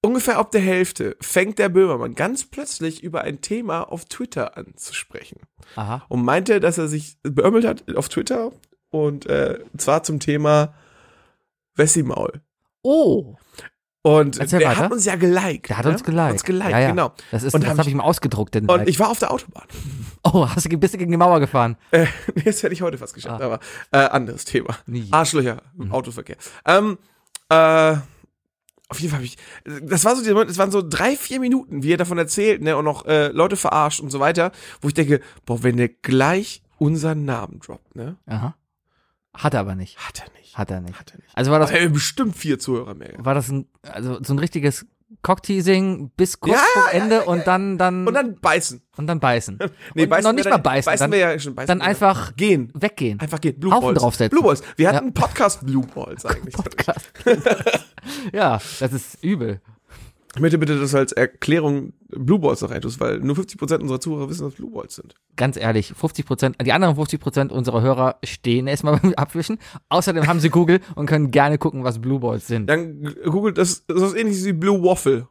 [SPEAKER 2] ungefähr ab der Hälfte fängt der Böhmermann ganz plötzlich über ein Thema auf Twitter an zu sprechen
[SPEAKER 3] Aha.
[SPEAKER 2] und meinte, dass er sich beömmelt hat auf Twitter und äh, zwar zum Thema Wessimaul.
[SPEAKER 3] Oh,
[SPEAKER 2] Und
[SPEAKER 3] Erzähl
[SPEAKER 2] der
[SPEAKER 3] weiter.
[SPEAKER 2] hat uns ja geliked.
[SPEAKER 3] der hat
[SPEAKER 2] ne?
[SPEAKER 3] uns geliked.
[SPEAKER 2] Uns geliked,
[SPEAKER 3] ja, ja.
[SPEAKER 2] genau.
[SPEAKER 3] Das, ist,
[SPEAKER 2] Und
[SPEAKER 3] das
[SPEAKER 2] hab
[SPEAKER 3] habe ich ihm ausgedruckt. Den
[SPEAKER 2] Und
[SPEAKER 3] Like.
[SPEAKER 2] ich war auf der Autobahn. (laughs)
[SPEAKER 3] oh, hast du, bist du gegen die Mauer gefahren?
[SPEAKER 2] Äh, nee, das hätte ich heute fast geschafft,
[SPEAKER 3] Ah.
[SPEAKER 2] aber äh, anderes Thema.
[SPEAKER 3] Nie.
[SPEAKER 2] Arschlöcher im
[SPEAKER 3] Mhm.
[SPEAKER 2] Autoverkehr. Ähm, äh, auf jeden Fall habe ich. Das war so, die- das waren so drei, vier Minuten, wie er davon erzählt, ne, und noch äh, Leute verarscht und so weiter, wo ich denke, boah, wenn der gleich unseren Namen droppt, ne?
[SPEAKER 3] Aha. Hat er aber nicht.
[SPEAKER 2] Hat er nicht.
[SPEAKER 3] Hat er nicht.
[SPEAKER 2] Hat er nicht.
[SPEAKER 3] Also war das,
[SPEAKER 2] Aber er hat bestimmt vier Zuhörer mehr. gehabt.
[SPEAKER 3] war das ein, also so ein richtiges Cockteasing bis kurz
[SPEAKER 2] Ja,
[SPEAKER 3] vor
[SPEAKER 2] ja,
[SPEAKER 3] Ende und dann, dann,
[SPEAKER 2] Und dann beißen.
[SPEAKER 3] und dann beißen.
[SPEAKER 2] (laughs) Nee,
[SPEAKER 3] Mhm. und
[SPEAKER 2] beißen
[SPEAKER 3] noch
[SPEAKER 2] wir
[SPEAKER 3] nicht
[SPEAKER 2] dann-
[SPEAKER 3] mal beißen.
[SPEAKER 2] Beißen
[SPEAKER 3] dann
[SPEAKER 2] wir ja schon. Beißen
[SPEAKER 3] dann
[SPEAKER 2] wir ja.
[SPEAKER 3] einfach
[SPEAKER 2] Gehen.
[SPEAKER 3] weggehen.
[SPEAKER 2] Einfach gehen. Blue
[SPEAKER 3] Haufen
[SPEAKER 2] Balls.
[SPEAKER 3] draufsetzen.
[SPEAKER 2] Blue Balls. Wir
[SPEAKER 3] Ja.
[SPEAKER 2] hatten einen Podcast Blue
[SPEAKER 3] (laughs)
[SPEAKER 2] Balls eigentlich. (laughs)
[SPEAKER 3] Ja, das ist übel.
[SPEAKER 2] Ich möchte bitte, dass du als Erklärung Blue Balls noch reintust, weil nur 50% unserer Zuhörer wissen, was Blue Balls sind.
[SPEAKER 3] Ganz ehrlich, 50 Prozent, die anderen 50 Prozent unserer Hörer stehen erstmal (laughs) beim Abwischen. Außerdem haben sie Google und können gerne gucken, was Blue Balls sind.
[SPEAKER 2] Dann g- googelt das, das ist ähnlich wie Blue Waffle.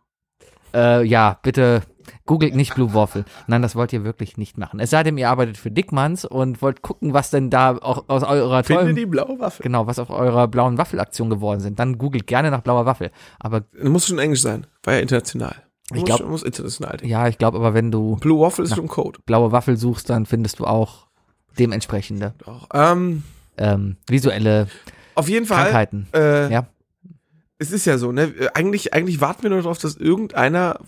[SPEAKER 3] Äh, ja, bitte googelt nicht Blue Waffle. Nein, das wollt ihr wirklich nicht machen. Es sei denn, ihr arbeitet für Dickmanns und wollt gucken, was denn da auch aus eurer
[SPEAKER 2] Finde
[SPEAKER 3] tollen,
[SPEAKER 2] die blaue Waffel.
[SPEAKER 3] genau, was auf eurer blauen Waffelaktion geworden sind. Dann googelt gerne nach blauer Waffel. Aber
[SPEAKER 2] Muss schon Englisch sein, war ja international.
[SPEAKER 3] Ich
[SPEAKER 2] Muss
[SPEAKER 3] glaub-
[SPEAKER 2] schon- muss international denken.
[SPEAKER 3] ja, ich glaube aber, wenn du
[SPEAKER 2] Blue Waffle ist schon Code.
[SPEAKER 3] blaue Waffel suchst, dann findest du auch dementsprechende
[SPEAKER 2] Doch. Ähm,
[SPEAKER 3] ähm, visuelle
[SPEAKER 2] auf jeden Fall,
[SPEAKER 3] Krankheiten.
[SPEAKER 2] äh,
[SPEAKER 3] Ja.
[SPEAKER 2] es ist ja so, ne? äh, Eigentlich, eigentlich warten wir nur darauf, dass irgendeiner,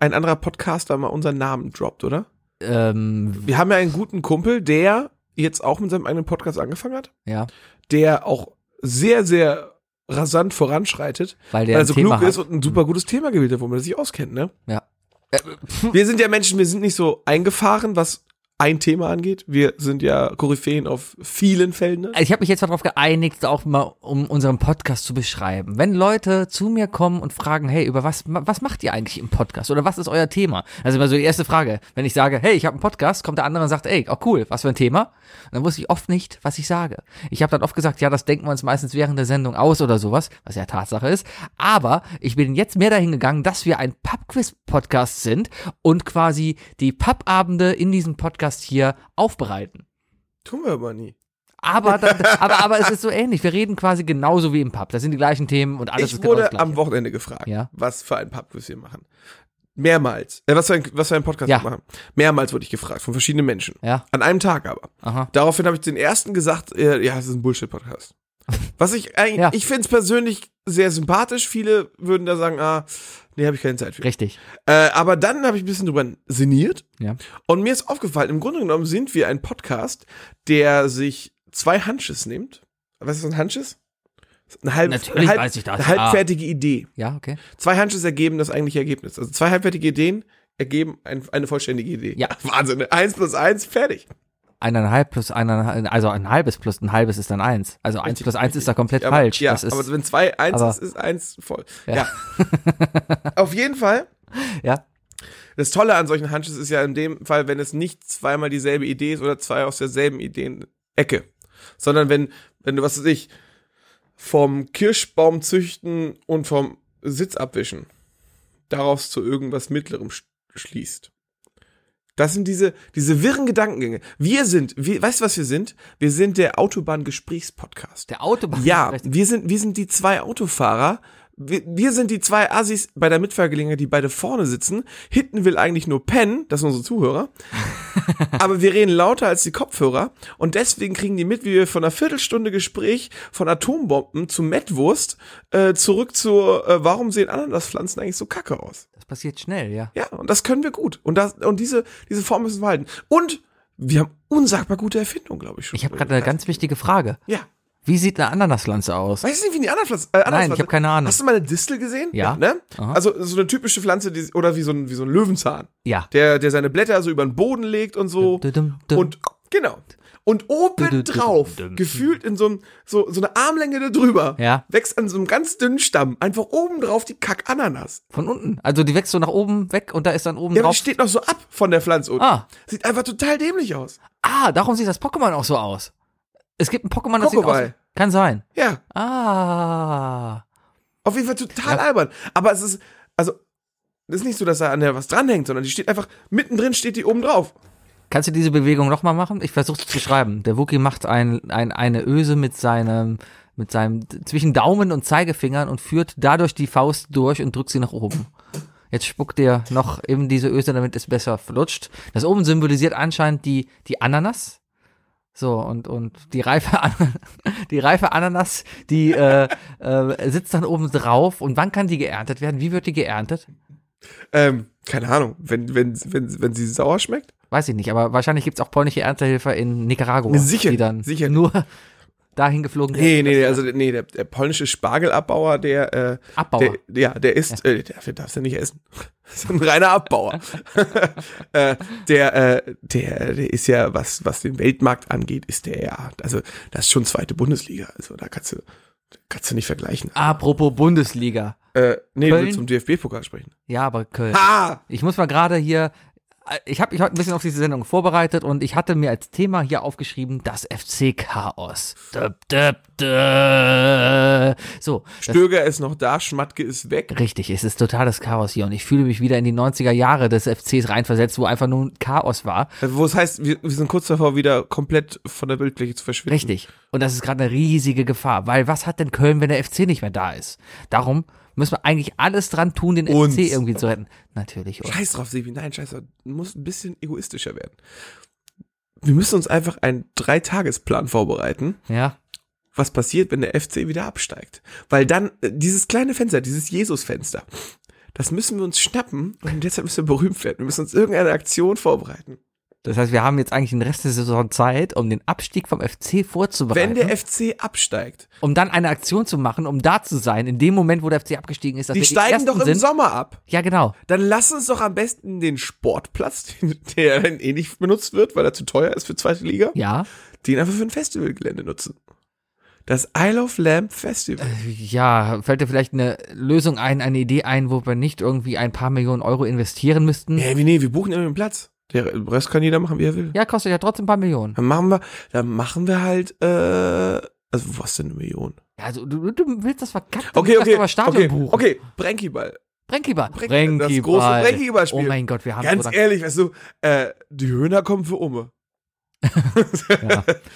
[SPEAKER 2] ein anderer Podcaster mal unseren Namen droppt, oder?
[SPEAKER 3] Ähm,
[SPEAKER 2] Wir haben ja einen guten Kumpel, der jetzt auch mit seinem eigenen Podcast angefangen hat.
[SPEAKER 3] ja,
[SPEAKER 2] der auch sehr, sehr rasant voranschreitet,
[SPEAKER 3] weil
[SPEAKER 2] weil
[SPEAKER 3] der
[SPEAKER 2] er
[SPEAKER 3] ein
[SPEAKER 2] so
[SPEAKER 3] Thema
[SPEAKER 2] klug Also ist
[SPEAKER 3] hat.
[SPEAKER 2] und ein super gutes Thema gewählt hat, wo man sich auskennt, ne?
[SPEAKER 3] Ja. Äh,
[SPEAKER 2] Wir sind ja Menschen, wir sind nicht so eingefahren, was ein Thema angeht. Wir sind ja Koryphäen auf vielen Feldern.
[SPEAKER 3] Also ich habe mich jetzt mal darauf geeinigt, auch mal um unseren Podcast zu beschreiben. Wenn Leute zu mir kommen und fragen, hey, über was ma- was macht ihr eigentlich im Podcast oder was ist euer Thema? Also immer so die erste Frage, wenn ich sage, hey, ich habe einen Podcast, kommt der andere und sagt, ey, auch cool, was für ein Thema? Und dann wusste ich oft nicht, was ich sage. Ich habe dann oft gesagt, ja, das denken wir uns meistens während der Sendung aus oder sowas, was ja Tatsache ist. Aber ich bin jetzt mehr dahin gegangen, dass wir ein Pub-Quiz-Podcast sind und quasi die Pub-Abende in diesem Podcast hier aufbereiten.
[SPEAKER 2] Tun wir aber nie.
[SPEAKER 3] Aber, da, aber, aber es
[SPEAKER 2] (laughs)
[SPEAKER 3] ist so ähnlich. Wir reden quasi genauso wie im Pub. Das sind die gleichen Themen und alles ist
[SPEAKER 2] ich
[SPEAKER 3] genau das
[SPEAKER 2] wurde
[SPEAKER 3] Gleiche.
[SPEAKER 2] am Wochenende gefragt,
[SPEAKER 3] Ja.
[SPEAKER 2] was für ein Pubquiz wir machen. Mehrmals. Äh, was, für ein, was für ein Podcast
[SPEAKER 3] Ja.
[SPEAKER 2] wir machen. Mehrmals wurde ich gefragt, von verschiedenen Menschen.
[SPEAKER 3] ja,
[SPEAKER 2] An einem Tag aber.
[SPEAKER 3] aha.
[SPEAKER 2] Daraufhin habe ich den ersten gesagt, äh, ja, es ist ein
[SPEAKER 3] (laughs)
[SPEAKER 2] Bullshit-Podcast. Was ich eigentlich,
[SPEAKER 3] Ja.
[SPEAKER 2] ich finde es persönlich sehr sympathisch. Viele würden da sagen, ah, nee, habe ich keine Zeit für.
[SPEAKER 3] Richtig.
[SPEAKER 2] Äh, aber dann habe ich ein bisschen drüber sinniert
[SPEAKER 3] Ja.
[SPEAKER 2] und mir ist aufgefallen, im Grunde genommen sind wir ein Podcast, der sich zwei Hunches nimmt. Was ist ein Hunches? Eine halb,
[SPEAKER 3] Natürlich
[SPEAKER 2] eine halb,
[SPEAKER 3] weiß ich das, Ah.
[SPEAKER 2] Eine
[SPEAKER 3] ja.
[SPEAKER 2] halbfertige Idee.
[SPEAKER 3] Ja, okay.
[SPEAKER 2] Zwei Hunches ergeben das eigentliche Ergebnis. Also zwei halbfertige Ideen ergeben ein, eine vollständige Idee.
[SPEAKER 3] Ja.
[SPEAKER 2] (laughs) Wahnsinn. ne? Eins plus eins, fertig.
[SPEAKER 3] Eineinhalb plus eineinhalb, also ein halbes plus ein halbes ist dann eins. Also eins
[SPEAKER 2] Richtig,
[SPEAKER 3] plus eins
[SPEAKER 2] richtig.
[SPEAKER 3] ist da komplett
[SPEAKER 2] Ja, aber-
[SPEAKER 3] falsch.
[SPEAKER 2] Ja,
[SPEAKER 3] das ist,
[SPEAKER 2] aber wenn zwei eins
[SPEAKER 3] aber-
[SPEAKER 2] ist, ist eins voll.
[SPEAKER 3] Ja.
[SPEAKER 2] Ja.
[SPEAKER 3] (laughs)
[SPEAKER 2] Auf jeden Fall.
[SPEAKER 3] ja,
[SPEAKER 2] Das Tolle an solchen Hunches ist ja in dem Fall, wenn es nicht zweimal dieselbe Idee ist oder zwei aus derselben Ideen-Ecke, sondern wenn, wenn du, was weiß ich, vom Kirschbaum züchten und vom Sitz abwischen, daraus zu irgendwas Mittlerem sch schließt. Das sind diese, diese wirren Gedankengänge. Wir sind, wir, weißt du, was wir sind? Wir sind der Autobahn-Gesprächspodcast.
[SPEAKER 3] der
[SPEAKER 2] (laughs)
[SPEAKER 3] Autobahn.
[SPEAKER 2] Ja,
[SPEAKER 3] Richtig.
[SPEAKER 2] wir sind, wir sind die zwei Autofahrer, wir, wir sind die zwei Assis bei der Mitfahrgelegenheit, die beide vorne sitzen. Hinten will eigentlich nur pennen, das sind unsere
[SPEAKER 3] (laughs)
[SPEAKER 2] Zuhörer. aber wir reden lauter als die Kopfhörer und deswegen kriegen die mit, wie wir von einer Viertelstunde Gespräch von Atombomben zu Mettwurst äh, zurück zu, äh, warum sehen Ananaspflanzen eigentlich so kacke aus?
[SPEAKER 3] Das passiert schnell, ja.
[SPEAKER 2] Ja, und das können wir gut. Und, das, und diese, diese Form müssen wir halten. Und wir haben unsagbar gute Erfindungen, glaube ich schon.
[SPEAKER 3] Ich habe gerade eine ganz wichtige Frage.
[SPEAKER 2] Ja.
[SPEAKER 3] Wie sieht eine Ananaspflanze aus?
[SPEAKER 2] Weißt du nicht, wie die Ananaspflanze? Äh,
[SPEAKER 3] Nein, ich habe keine Ahnung.
[SPEAKER 2] Hast du mal eine Distel gesehen?
[SPEAKER 3] Ja.
[SPEAKER 2] Ne?
[SPEAKER 3] Aha.
[SPEAKER 2] Also so eine typische Pflanze, die, oder wie so, ein, wie so ein Löwenzahn,
[SPEAKER 3] Ja.
[SPEAKER 2] der, der seine Blätter so über den Boden legt und so.
[SPEAKER 3] Dum, dum.
[SPEAKER 2] Und genau. Und obendrauf,
[SPEAKER 3] Dum, dum.
[SPEAKER 2] gefühlt in so, einem, so, so eine Armlänge da drüber,
[SPEAKER 3] Ja.
[SPEAKER 2] wächst an so einem ganz dünnen Stamm einfach obendrauf die Kack-Ananas.
[SPEAKER 3] Von unten. Also die wächst so nach oben weg und da ist dann oben
[SPEAKER 2] Ja, aber
[SPEAKER 3] drauf.
[SPEAKER 2] die steht noch so ab von der Pflanze unten.
[SPEAKER 3] Ah.
[SPEAKER 2] Sieht einfach total dämlich aus.
[SPEAKER 3] Ah, darum sieht das Pokémon auch so aus. Es gibt ein Pokémon, das sieht
[SPEAKER 2] Pokéball.
[SPEAKER 3] aus. Kann sein.
[SPEAKER 2] Ja,
[SPEAKER 3] Ah.
[SPEAKER 2] auf jeden Fall total
[SPEAKER 3] Ja.
[SPEAKER 2] albern. Aber es ist, also, es ist nicht so, dass da an der was dranhängt, sondern die steht einfach, mittendrin steht die oben drauf.
[SPEAKER 3] Kannst du diese Bewegung nochmal machen? Ich versuche es zu schreiben. Der Wookie macht ein, ein, eine Öse mit seinem, mit seinem, zwischen Daumen und Zeigefingern und führt dadurch die Faust durch und drückt sie nach oben. Jetzt spuckt er noch eben diese Öse, damit es besser flutscht. Das oben symbolisiert anscheinend die, die Ananas. So, und, und die reife, (laughs) An die reife Ananas, die äh, äh, sitzt dann oben drauf. Und wann kann die geerntet werden? Wie wird die geerntet?
[SPEAKER 2] Ähm, keine Ahnung, wenn, wenn, wenn, wenn sie sauer schmeckt.
[SPEAKER 3] Weiß ich nicht, aber wahrscheinlich gibt's auch polnische Erntehelfer in Nicaragua,
[SPEAKER 2] Sicher,
[SPEAKER 3] die dann
[SPEAKER 2] sicher.
[SPEAKER 3] nur (laughs) dahin geflogen sind.
[SPEAKER 2] Nee, nee, nee, also nee, der, der polnische Spargelabbauer, der, äh,
[SPEAKER 3] Abbauer.
[SPEAKER 2] der, ja, der ist, äh, der, der darf's ja nicht essen. (laughs) Das ist ein reiner Abbauer. (laughs) äh, der, äh, der, der ist ja, was, was den Weltmarkt angeht, ist der ja, also das ist schon zweite Bundesliga. Also da kannst du, kannst du nicht vergleichen.
[SPEAKER 3] Apropos Bundesliga.
[SPEAKER 2] Äh, nee, du
[SPEAKER 3] Köln?
[SPEAKER 2] willst zum DFB-Pokal sprechen.
[SPEAKER 3] Ja, aber Köln.
[SPEAKER 2] Ha!
[SPEAKER 3] Ich muss mal gerade hier, äh, ich habe mich heute ein bisschen auf diese Sendung vorbereitet und ich hatte mir als Thema hier aufgeschrieben, das FC-Chaos. Döp, döp, dö. So, das
[SPEAKER 2] Stöger ist noch da, Schmatke ist weg.
[SPEAKER 3] Richtig, es ist totales Chaos hier und ich fühle mich wieder in die 90er Jahre des FCs reinversetzt, wo einfach nur Chaos war.
[SPEAKER 2] Also, Wo es heißt, wir, wir sind kurz davor, wieder komplett von der Bildfläche zu verschwinden.
[SPEAKER 3] Richtig. Und das ist gerade eine riesige Gefahr, weil was hat denn Köln, wenn der FC nicht mehr da ist? Darum müssen wir eigentlich alles dran tun, den
[SPEAKER 2] Uns.
[SPEAKER 3] FC irgendwie zu retten. Natürlich. uns.
[SPEAKER 2] Scheiß drauf, Sebi. Nein, scheiß drauf. Du musst ein bisschen egoistischer werden. Wir müssen uns einfach einen Dreitagesplan vorbereiten,
[SPEAKER 3] Ja.
[SPEAKER 2] was passiert, wenn der FC wieder absteigt. Weil dann äh, dieses kleine Fenster, dieses Jesus-Fenster, das müssen wir uns schnappen und deshalb müssen wir berühmt werden. Wir müssen uns irgendeine Aktion vorbereiten.
[SPEAKER 3] Das heißt, wir haben jetzt eigentlich den Rest der Saison Zeit, um den Abstieg vom FC vorzubereiten,
[SPEAKER 2] Wenn der FC absteigt,
[SPEAKER 3] um dann eine Aktion zu machen, um da zu sein, in dem Moment, wo der FC abgestiegen ist, dass
[SPEAKER 2] die
[SPEAKER 3] wir
[SPEAKER 2] steigen
[SPEAKER 3] die
[SPEAKER 2] doch
[SPEAKER 3] Ersten
[SPEAKER 2] im
[SPEAKER 3] sind.
[SPEAKER 2] Sommer ab.
[SPEAKER 3] ja, genau.
[SPEAKER 2] Dann lass uns doch am besten den Sportplatz, (laughs) den, der dann eh nicht benutzt wird, weil er zu teuer ist für zweite Liga,
[SPEAKER 3] Ja.
[SPEAKER 2] den einfach für ein Festivalgelände nutzen. Das Isle of Lamp Festival.
[SPEAKER 3] Äh. Ja, fällt dir vielleicht eine Lösung ein, eine Idee ein, wo wir nicht irgendwie ein paar Millionen Euro investieren müssten?
[SPEAKER 2] Nee, wir- nee, wir buchen immer den Platz. Der Rest kann jeder machen, wie er will.
[SPEAKER 3] Ja, kostet ja trotzdem ein paar Millionen.
[SPEAKER 2] Dann machen wir, dann machen wir halt, äh, also was denn eine Million?
[SPEAKER 3] Ja, Also du, du willst das verkackte
[SPEAKER 2] Okay, okay,
[SPEAKER 3] Gastgeber Stadion
[SPEAKER 2] okay,
[SPEAKER 3] buchen.
[SPEAKER 2] okay, Brenkiball.
[SPEAKER 3] Brenkiball.
[SPEAKER 2] Brenki- das große Brenkiball-Spiel.
[SPEAKER 3] Oh mein Gott, wir haben
[SPEAKER 2] Ganz
[SPEAKER 3] so lange-
[SPEAKER 2] ehrlich, weißt du, äh, die Höhner kommen für Umme.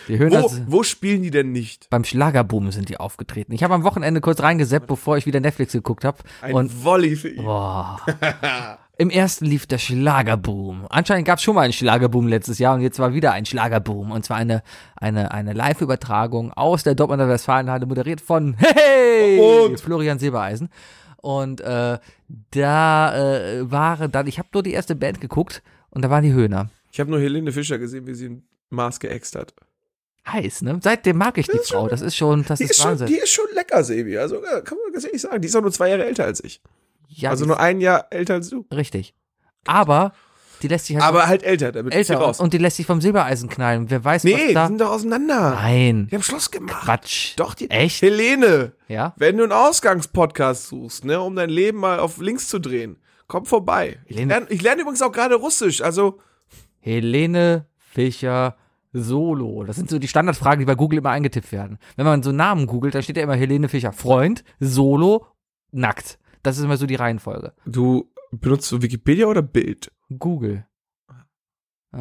[SPEAKER 3] die Höhner
[SPEAKER 2] Wo,
[SPEAKER 3] sind-
[SPEAKER 2] wo spielen die denn nicht?
[SPEAKER 3] beim Schlagerboom sind die aufgetreten. Ich habe am Wochenende kurz reingeseppt, bevor ich wieder Netflix geguckt habe.
[SPEAKER 2] Ein
[SPEAKER 3] Und Oh.
[SPEAKER 2] Volley für ihn.
[SPEAKER 3] boah. (laughs) Im ersten lief der Schlagerboom. Anscheinend gab es schon mal einen Schlagerboom letztes Jahr und jetzt war wieder ein Schlagerboom. Und zwar eine, eine, eine Live-Übertragung aus der Dortmunder Westfalenhalle, moderiert von (laughs) Hey!
[SPEAKER 2] Und-
[SPEAKER 3] Florian Silbereisen. Und äh, da äh, waren dann, ich habe nur die erste Band geguckt und da waren die Höhner.
[SPEAKER 2] Ich habe nur Helene Fischer gesehen, wie sie ein Maß geäxt hat.
[SPEAKER 3] heiß, ne? Seitdem mag ich die Frau. Das ist schon, das
[SPEAKER 2] Die
[SPEAKER 3] ist,
[SPEAKER 2] ist, schon,
[SPEAKER 3] Wahnsinn.
[SPEAKER 2] die ist schon lecker, Sebi. Also äh, kann man ganz ehrlich sagen. Die ist auch nur zwei Jahre älter als ich.
[SPEAKER 3] ja,
[SPEAKER 2] also
[SPEAKER 3] die
[SPEAKER 2] nur ein Jahr älter als du.
[SPEAKER 3] ist richtig. Aber die lässt sich halt
[SPEAKER 2] Aber halt älter, damit ist sie
[SPEAKER 3] älter
[SPEAKER 2] raus.
[SPEAKER 3] und, und die lässt sich vom Silbereisen knallen. Wer weiß,
[SPEAKER 2] nee, die
[SPEAKER 3] was da.
[SPEAKER 2] sind doch auseinander.
[SPEAKER 3] Nein.
[SPEAKER 2] Die haben Schluss gemacht.
[SPEAKER 3] Quatsch.
[SPEAKER 2] Doch, die.
[SPEAKER 3] Echt?
[SPEAKER 2] Helene,
[SPEAKER 3] Ja.
[SPEAKER 2] wenn du einen Ausgangspodcast suchst, ne, um dein Leben mal auf links zu drehen, komm vorbei. Ich
[SPEAKER 3] Helene-
[SPEAKER 2] lerne, ich lerne übrigens auch gerade Russisch, also
[SPEAKER 3] Helene Fischer Solo. Das sind so die Standardfragen, die bei Google immer eingetippt werden. Wenn man so Namen googelt, dann steht ja immer Helene Fischer Freund, Solo, nackt. Das ist immer so die Reihenfolge.
[SPEAKER 2] du benutzt du Wikipedia oder Bild?
[SPEAKER 3] Google. Äh,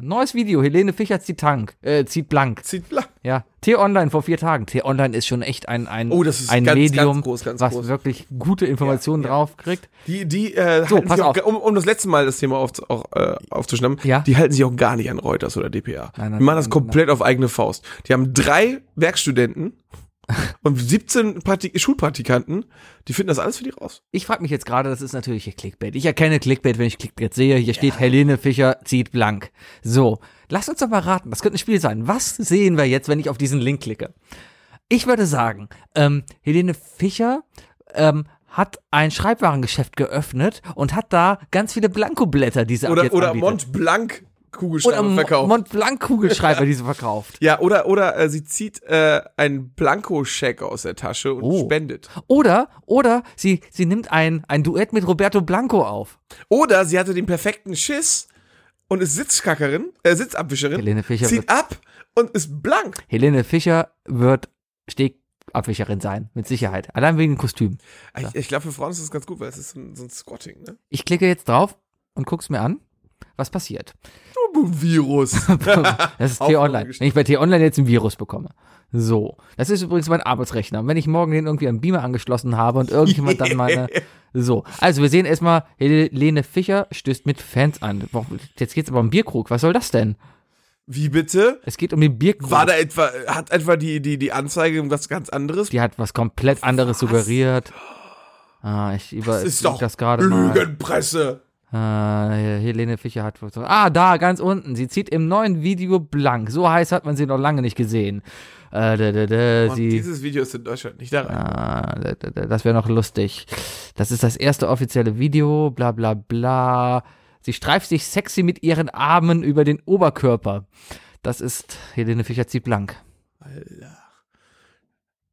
[SPEAKER 3] neues Video, Helene Fischer zieht Tank, äh, zieht blank.
[SPEAKER 2] Zieht blank.
[SPEAKER 3] Ja, T-Online vor vier Tagen. T-Online ist schon echt ein, ein,
[SPEAKER 2] Oh, das ist
[SPEAKER 3] ein
[SPEAKER 2] ganz,
[SPEAKER 3] Medium,
[SPEAKER 2] ganz groß, ganz
[SPEAKER 3] was
[SPEAKER 2] groß.
[SPEAKER 3] wirklich gute Informationen
[SPEAKER 2] Ja, ja.
[SPEAKER 3] drauf kriegt.
[SPEAKER 2] Die, die äh,
[SPEAKER 3] So,
[SPEAKER 2] halten
[SPEAKER 3] pass
[SPEAKER 2] sich auch,
[SPEAKER 3] auf.
[SPEAKER 2] Um, um das letzte Mal das Thema auf, auch, äh, aufzuschnappen,
[SPEAKER 3] Ja.
[SPEAKER 2] die halten sich auch gar nicht an Reuters oder DPA.
[SPEAKER 3] Nein, nein,
[SPEAKER 2] die machen das
[SPEAKER 3] nein,
[SPEAKER 2] komplett auf eigene Faust. Die haben drei
[SPEAKER 3] (laughs)
[SPEAKER 2] Werkstudenten und 17 Prakti Schulpraktikanten, die finden das alles für die raus.
[SPEAKER 3] Ich frage mich jetzt gerade, das ist natürlich hier Clickbait. Ich erkenne Clickbait, wenn ich Clickbait sehe. Hier steht Helene Fischer zieht blank. So, lasst uns doch mal raten. Das könnte ein Spiel sein. Was sehen wir jetzt, wenn ich auf diesen Link klicke? Ich würde sagen, ähm, Helene Fischer ähm, hat ein Schreibwarengeschäft geöffnet und hat da ganz viele Blankoblätter, die sie ab
[SPEAKER 2] Oder,
[SPEAKER 3] jetzt
[SPEAKER 2] oder
[SPEAKER 3] anbietet.
[SPEAKER 2] Mont Blanc
[SPEAKER 3] oder
[SPEAKER 2] Kugelschreiber
[SPEAKER 3] Mo-
[SPEAKER 2] verkauft.
[SPEAKER 3] Mont Blanc Kugelschreiber, die sie verkauft.
[SPEAKER 2] ja, oder, oder äh, sie zieht äh, einen Blankoscheck aus der Tasche und
[SPEAKER 3] Oh.
[SPEAKER 2] spendet.
[SPEAKER 3] Oder, oder sie, sie nimmt ein, ein Duett mit Roberto Blanco auf.
[SPEAKER 2] Oder sie hatte den perfekten Schiss und ist Sitzkackerin, äh, Sitzabwischerin,
[SPEAKER 3] Helene Fischer
[SPEAKER 2] zieht ab und ist blank.
[SPEAKER 3] Helene Fischer wird Stegabwischerin sein, mit Sicherheit. Allein wegen dem Kostüm.
[SPEAKER 2] Ich, ich glaube, für Frauen ist das ganz gut, weil es ist so ein, so ein Squatting, ne?
[SPEAKER 3] Ich klicke jetzt drauf und guck's mir an, was passiert. (laughs)
[SPEAKER 2] Virus.
[SPEAKER 3] Das ist T-Online. Wenn ich bei T-Online jetzt ein Virus bekomme. So. Das ist übrigens mein Arbeitsrechner. Und wenn ich morgen den irgendwie am Beamer angeschlossen habe und irgendjemand
[SPEAKER 2] (laughs)
[SPEAKER 3] dann meine. So. Also, wir sehen erstmal, Helene Fischer stößt mit Fans an. Warum- Jetzt geht's aber um Bierkrug. Was soll das denn?
[SPEAKER 2] Wie bitte?
[SPEAKER 3] Es geht um den Bierkrug.
[SPEAKER 2] War da etwa, hat etwa die, die, die Anzeige was ganz anderes?
[SPEAKER 3] Die hat was komplett anderes suggeriert. Ah, ich über
[SPEAKER 2] das ist doch
[SPEAKER 3] das gerade mal.
[SPEAKER 2] Lügenpresse.
[SPEAKER 3] Äh, Helene Fischer hat. Ah, da, ganz unten. Sie zieht im neuen Video blank. So heiß hat man sie noch lange nicht gesehen. Äh, da, da, da,
[SPEAKER 2] Und
[SPEAKER 3] sie.
[SPEAKER 2] dieses Video ist in Deutschland nicht da rein.
[SPEAKER 3] Ah, da, da, da, das wäre noch lustig. Das ist das erste offizielle Video. Bla, bla, bla. Sie streift sich sexy mit ihren Armen über den Oberkörper. Das ist Helene Fischer zieht blank.
[SPEAKER 2] Alter.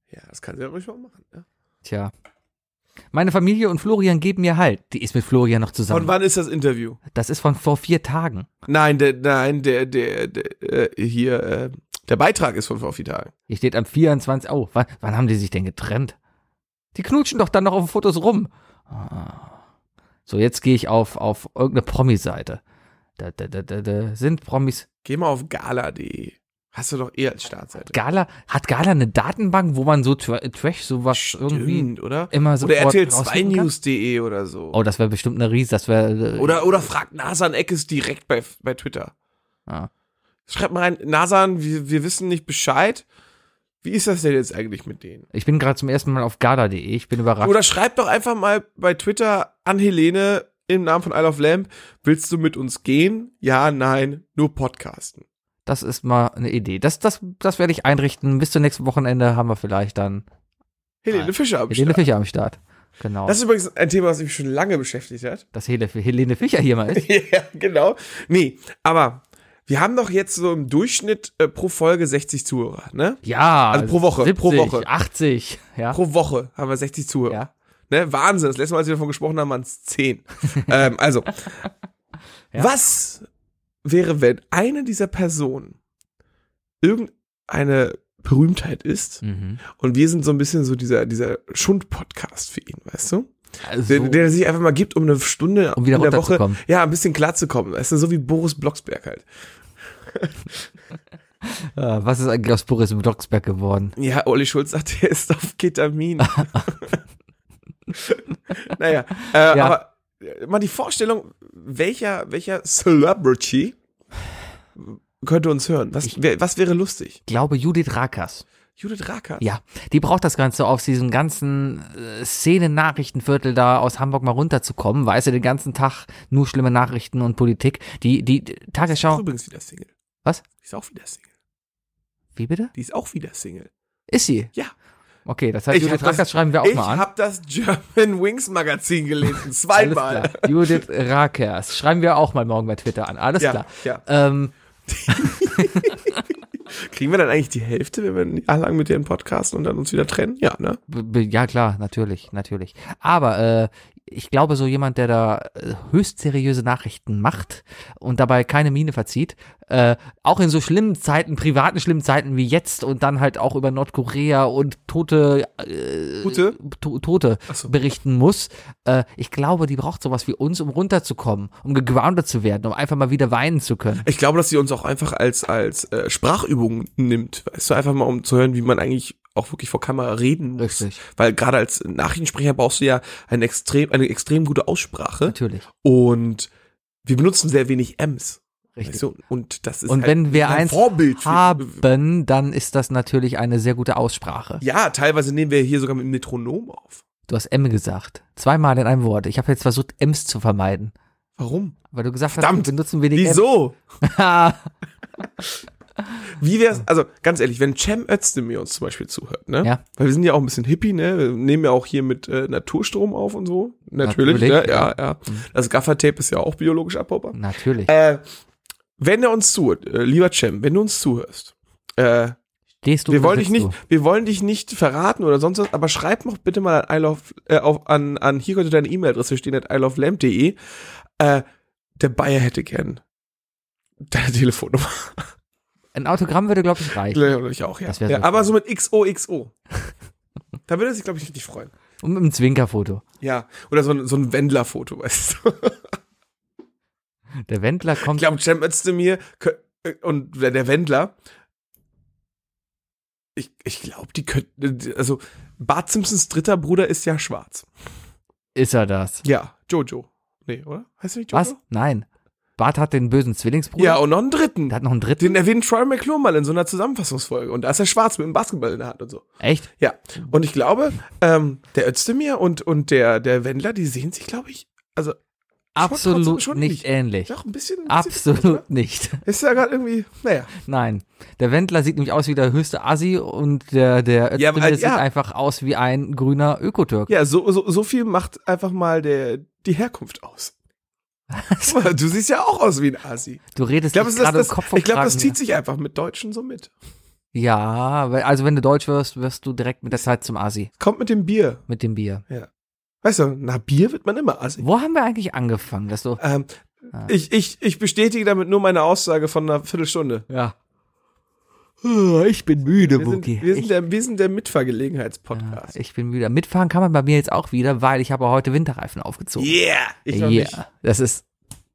[SPEAKER 2] Ja, das kann sie ja ruhig mal machen. Ne?
[SPEAKER 3] Tja. Meine Familie und Florian geben mir halt. Die ist mit Florian noch
[SPEAKER 2] Von
[SPEAKER 3] zusammen.
[SPEAKER 2] wann ist das Interview?
[SPEAKER 3] Das ist von vor vier Tagen.
[SPEAKER 2] Nein, der, nein, der, der, der äh, hier, äh, der Beitrag ist von vor vier Tagen.
[SPEAKER 3] Hier steht am 24. Oh, wann, wann haben die sich denn getrennt? Die knutschen doch dann noch auf Fotos rum. Ah. So, jetzt gehe ich auf, auf irgendeine Promi-Seite. Da, da, da, da, da. Sind Promis.
[SPEAKER 2] Geh mal auf gala.de. Hast du doch eh als Startseite.
[SPEAKER 3] Gala, hat Gala eine Datenbank, wo man so tra Trash, sowas irgendwie
[SPEAKER 2] Stimmt, oder?
[SPEAKER 3] immer
[SPEAKER 2] Oder
[SPEAKER 3] sofort rausfinden kann?
[SPEAKER 2] RTL2news.de oder so.
[SPEAKER 3] Oh, das wäre bestimmt eine Ries, das wäre. äh,
[SPEAKER 2] Oder, oder fragt Nasan Eckes direkt bei, bei Twitter.
[SPEAKER 3] Ah.
[SPEAKER 2] Schreibt mal rein, Nasan, wir, wir wissen nicht Bescheid. Wie ist das denn jetzt eigentlich mit denen?
[SPEAKER 3] Ich bin gerade zum ersten Mal auf gala.de, ich bin überrascht.
[SPEAKER 2] Oder schreibt doch einfach mal bei Twitter an Helene im Namen von Isle of Lamp, willst du mit uns gehen? Ja, nein, nur podcasten.
[SPEAKER 3] Das ist mal eine Idee. Das, das, das werde ich einrichten. Bis zum nächsten Wochenende haben wir vielleicht dann
[SPEAKER 2] Helene
[SPEAKER 3] Nein.
[SPEAKER 2] Fischer am
[SPEAKER 3] Helene
[SPEAKER 2] Start.
[SPEAKER 3] Fischer am Start. Genau.
[SPEAKER 2] Das ist übrigens ein Thema, was mich schon lange beschäftigt hat. (laughs)
[SPEAKER 3] dass Hele, Helene Fischer hier mal ist.
[SPEAKER 2] ja, genau. Nee, aber wir haben doch jetzt so im Durchschnitt äh, pro Folge 60 Zuhörer, ne?
[SPEAKER 3] Ja.
[SPEAKER 2] Also pro Woche,
[SPEAKER 3] 70,
[SPEAKER 2] pro Woche.
[SPEAKER 3] 80, ja.
[SPEAKER 2] Pro Woche haben wir 60 Zuhörer.
[SPEAKER 3] ja.
[SPEAKER 2] Ne? Wahnsinn. Das letzte Mal, als wir davon gesprochen haben, waren es
[SPEAKER 3] (laughs)
[SPEAKER 2] 10. ähm, also,
[SPEAKER 3] Ja.
[SPEAKER 2] was wäre, wenn eine dieser Personen irgendeine Berühmtheit ist
[SPEAKER 3] Mhm.
[SPEAKER 2] und wir sind so ein bisschen so dieser, dieser Schund-Podcast für ihn, weißt du?
[SPEAKER 3] Also,
[SPEAKER 2] Der, der sich einfach mal gibt, um eine Stunde
[SPEAKER 3] Um wieder
[SPEAKER 2] in der Woche
[SPEAKER 3] runterzukommen.
[SPEAKER 2] ja, ein bisschen klarzukommen. Weißt du, so wie Boris Blocksberg halt.
[SPEAKER 3] äh, was ist eigentlich aus Boris Blocksberg geworden?
[SPEAKER 2] Ja, Olli Schulz sagt, er ist auf
[SPEAKER 3] (laughs)
[SPEAKER 2] Ketamin. naja, äh,
[SPEAKER 3] Ja.
[SPEAKER 2] aber äh, mal die Vorstellung, welcher, welcher Celebrity könnte uns hören? Was, wer, was wäre lustig?
[SPEAKER 3] Ich glaube, Judith Rakers.
[SPEAKER 2] Judith Rakers?
[SPEAKER 3] Ja, die braucht das Ganze auf diesem ganzen äh, Szenen-Nachrichtenviertel da aus Hamburg mal runterzukommen, weil sie den ganzen Tag nur schlimme Nachrichten und Politik. Die, die, die
[SPEAKER 2] Die ist auch
[SPEAKER 3] Tagesschau.
[SPEAKER 2] übrigens wieder Single.
[SPEAKER 3] Was?
[SPEAKER 2] Die ist auch wieder Single.
[SPEAKER 3] Wie bitte?
[SPEAKER 2] Die ist auch wieder Single.
[SPEAKER 3] Ist sie?
[SPEAKER 2] Ja.
[SPEAKER 3] Okay, das heißt,
[SPEAKER 2] Ich
[SPEAKER 3] Judith
[SPEAKER 2] hab das-
[SPEAKER 3] Rakers schreiben wir auch
[SPEAKER 2] Ich
[SPEAKER 3] mal an.
[SPEAKER 2] habe das German Wings Magazin
[SPEAKER 3] (laughs)
[SPEAKER 2] gelesen.
[SPEAKER 3] Alles
[SPEAKER 2] Zweimal.
[SPEAKER 3] klar. Judith Rakers. Schreiben wir auch mal morgen bei Twitter an. Alles
[SPEAKER 2] Ja,
[SPEAKER 3] klar.
[SPEAKER 2] ja.
[SPEAKER 3] Ähm,
[SPEAKER 2] Kriegen wir dann eigentlich die Hälfte, wenn wir ein Jahr lang mit denen podcasten und dann uns wieder trennen? Ja, ne?
[SPEAKER 3] B- b- Ja, klar, natürlich, natürlich. Aber äh, ich glaube, so jemand, der da äh, höchst seriöse Nachrichten macht und dabei keine Miene verzieht, äh, auch in so schlimmen Zeiten, privaten schlimmen Zeiten wie jetzt und dann halt auch über Nordkorea und tote, äh,
[SPEAKER 2] Gute?
[SPEAKER 3] to Tote
[SPEAKER 2] Ach so.
[SPEAKER 3] berichten muss. Äh, ich glaube, die braucht sowas wie uns, um runterzukommen, um gegroundet zu werden, um einfach mal wieder weinen zu können.
[SPEAKER 2] Ich glaube, dass sie uns auch einfach als, als äh, Sprachübung nimmt. Weißt du, einfach mal um zu hören, wie man eigentlich auch wirklich vor Kamera reden muss.
[SPEAKER 3] Richtig.
[SPEAKER 2] Weil gerade als Nachrichtensprecher brauchst du ja eine extrem, eine extrem gute Aussprache.
[SPEAKER 3] Natürlich.
[SPEAKER 2] Und wir benutzen sehr wenig Ms.
[SPEAKER 3] Richtig.
[SPEAKER 2] Weißt du? Und das ist
[SPEAKER 3] Und
[SPEAKER 2] halt
[SPEAKER 3] wenn wir
[SPEAKER 2] ein
[SPEAKER 3] eins
[SPEAKER 2] Vorbild für-
[SPEAKER 3] haben, dann ist das natürlich eine sehr gute Aussprache.
[SPEAKER 2] Ja, teilweise nehmen wir hier sogar mit dem Metronom auf.
[SPEAKER 3] Du hast M gesagt. Zweimal in einem Wort. Ich habe jetzt versucht, Ms zu vermeiden.
[SPEAKER 2] Warum?
[SPEAKER 3] Weil du gesagt
[SPEAKER 2] Verdammt.
[SPEAKER 3] hast, wir benutzen wenig
[SPEAKER 2] Wieso?
[SPEAKER 3] M. (laughs) Ah,
[SPEAKER 2] Wie wär's, also ganz ehrlich, wenn Cem Özdemir uns zum Beispiel zuhört, ne?
[SPEAKER 3] Ja.
[SPEAKER 2] Weil wir sind ja auch ein bisschen hippie, ne? Wir nehmen ja auch hier mit äh, Naturstrom auf und so. Natürlich,
[SPEAKER 3] Natürlich, Mhm.
[SPEAKER 2] ne? Ja, ja. Das Gaffertape ist ja auch biologisch abbaubar.
[SPEAKER 3] Natürlich.
[SPEAKER 2] Äh, wenn er uns zuhört, äh, lieber Cem, wenn du uns zuhörst, äh,
[SPEAKER 3] Stehst du
[SPEAKER 2] wir
[SPEAKER 3] oder
[SPEAKER 2] wollen dich
[SPEAKER 3] sitzt
[SPEAKER 2] nicht, wir wollen dich nicht verraten oder sonst was, aber schreib noch bitte mal an I love, äh, auf, an, an hier könnte deine E-Mail-Adresse stehen at ilovelamp.de. Äh, der Bayer hätte gern deine Telefonnummer.
[SPEAKER 3] du? Ein Autogramm würde, glaube ich, reichen.
[SPEAKER 2] Ja, ich auch, ja.
[SPEAKER 3] Das wär
[SPEAKER 2] ja
[SPEAKER 3] so
[SPEAKER 2] aber
[SPEAKER 3] cool.
[SPEAKER 2] so mit
[SPEAKER 3] (laughs)
[SPEAKER 2] XOXO. da würde er sich, glaube ich, richtig freuen.
[SPEAKER 3] Und mit einem Zwinkerfoto.
[SPEAKER 2] Ja. Oder so ein, so ein Wendler-Foto, (laughs) weißt du.
[SPEAKER 3] Der Wendler
[SPEAKER 2] Ich
[SPEAKER 3] kommt.
[SPEAKER 2] glaube, Cem Özdemir kö- äh, und der der Wendler. Ich, ich glaube, die könnten. Also, Bart Simpsons dritter Bruder ist ja schwarz.
[SPEAKER 3] Ist er das?
[SPEAKER 2] Ja, Jojo. Nee, oder? Heißt er nicht Jojo?
[SPEAKER 3] Was? Nein. Bart hat den bösen Zwillingsbruder.
[SPEAKER 2] Ja, und noch einen dritten.
[SPEAKER 3] Der hat noch einen dritten.
[SPEAKER 2] Den erwähnt Troy McClure mal in so einer Zusammenfassungsfolge. Und da ist er schwarz mit dem Basketball in der Hand und so.
[SPEAKER 3] Echt?
[SPEAKER 2] Ja, und ich glaube, ähm, der Özdemir und, und der, der Wendler, die sehen sich, glaube ich, also
[SPEAKER 3] Absolut
[SPEAKER 2] trotzdem- schon
[SPEAKER 3] nicht
[SPEAKER 2] nicht.
[SPEAKER 3] ähnlich.
[SPEAKER 2] doch ein bisschen. ein bisschen oder?
[SPEAKER 3] Absolut nicht. (laughs)
[SPEAKER 2] Ist ja gerade irgendwie, naja.
[SPEAKER 3] Nein. Der Wendler sieht nämlich aus wie der höchste Assi und der, der
[SPEAKER 2] Ja, aber,
[SPEAKER 3] Özdemir
[SPEAKER 2] äh,
[SPEAKER 3] sieht
[SPEAKER 2] ja.
[SPEAKER 3] einfach aus wie ein grüner Ökotürk.
[SPEAKER 2] Ja, so, so, so viel macht einfach mal der, die Herkunft (laughs) aus. du siehst ja auch aus wie ein Asi.
[SPEAKER 3] Du redest
[SPEAKER 2] Ich glaube,
[SPEAKER 3] dich
[SPEAKER 2] das,
[SPEAKER 3] gerade
[SPEAKER 2] das,
[SPEAKER 3] um Kopf
[SPEAKER 2] das,
[SPEAKER 3] und
[SPEAKER 2] ich glaub, das
[SPEAKER 3] Kragen.
[SPEAKER 2] zieht sich einfach mit Deutschen so mit.
[SPEAKER 3] Ja, weil- also wenn du deutsch wirst, wirst du direkt mit der Zeit zum Assi.
[SPEAKER 2] Kommt mit dem Bier.
[SPEAKER 3] Mit dem Bier.
[SPEAKER 2] Weißt du, nach Bier wird man immer Asi.
[SPEAKER 3] Wo haben wir eigentlich angefangen? Dass du,
[SPEAKER 2] Ähm,
[SPEAKER 3] Ah.
[SPEAKER 2] ich, ich, ich bestätige damit nur meine Aussage von einer Viertelstunde.
[SPEAKER 3] ja. Äh, Ich bin müde, äh,
[SPEAKER 2] Wir sind, wir sind, der, wir sind der Mitfahrgelegenheitspodcast.
[SPEAKER 3] Ich bin müde. Mitfahren kann man bei mir jetzt auch wieder, weil ich habe heute Winterreifen aufgezogen.
[SPEAKER 2] yeah! Ich noch
[SPEAKER 3] Yeah.
[SPEAKER 2] nicht.
[SPEAKER 3] Das ist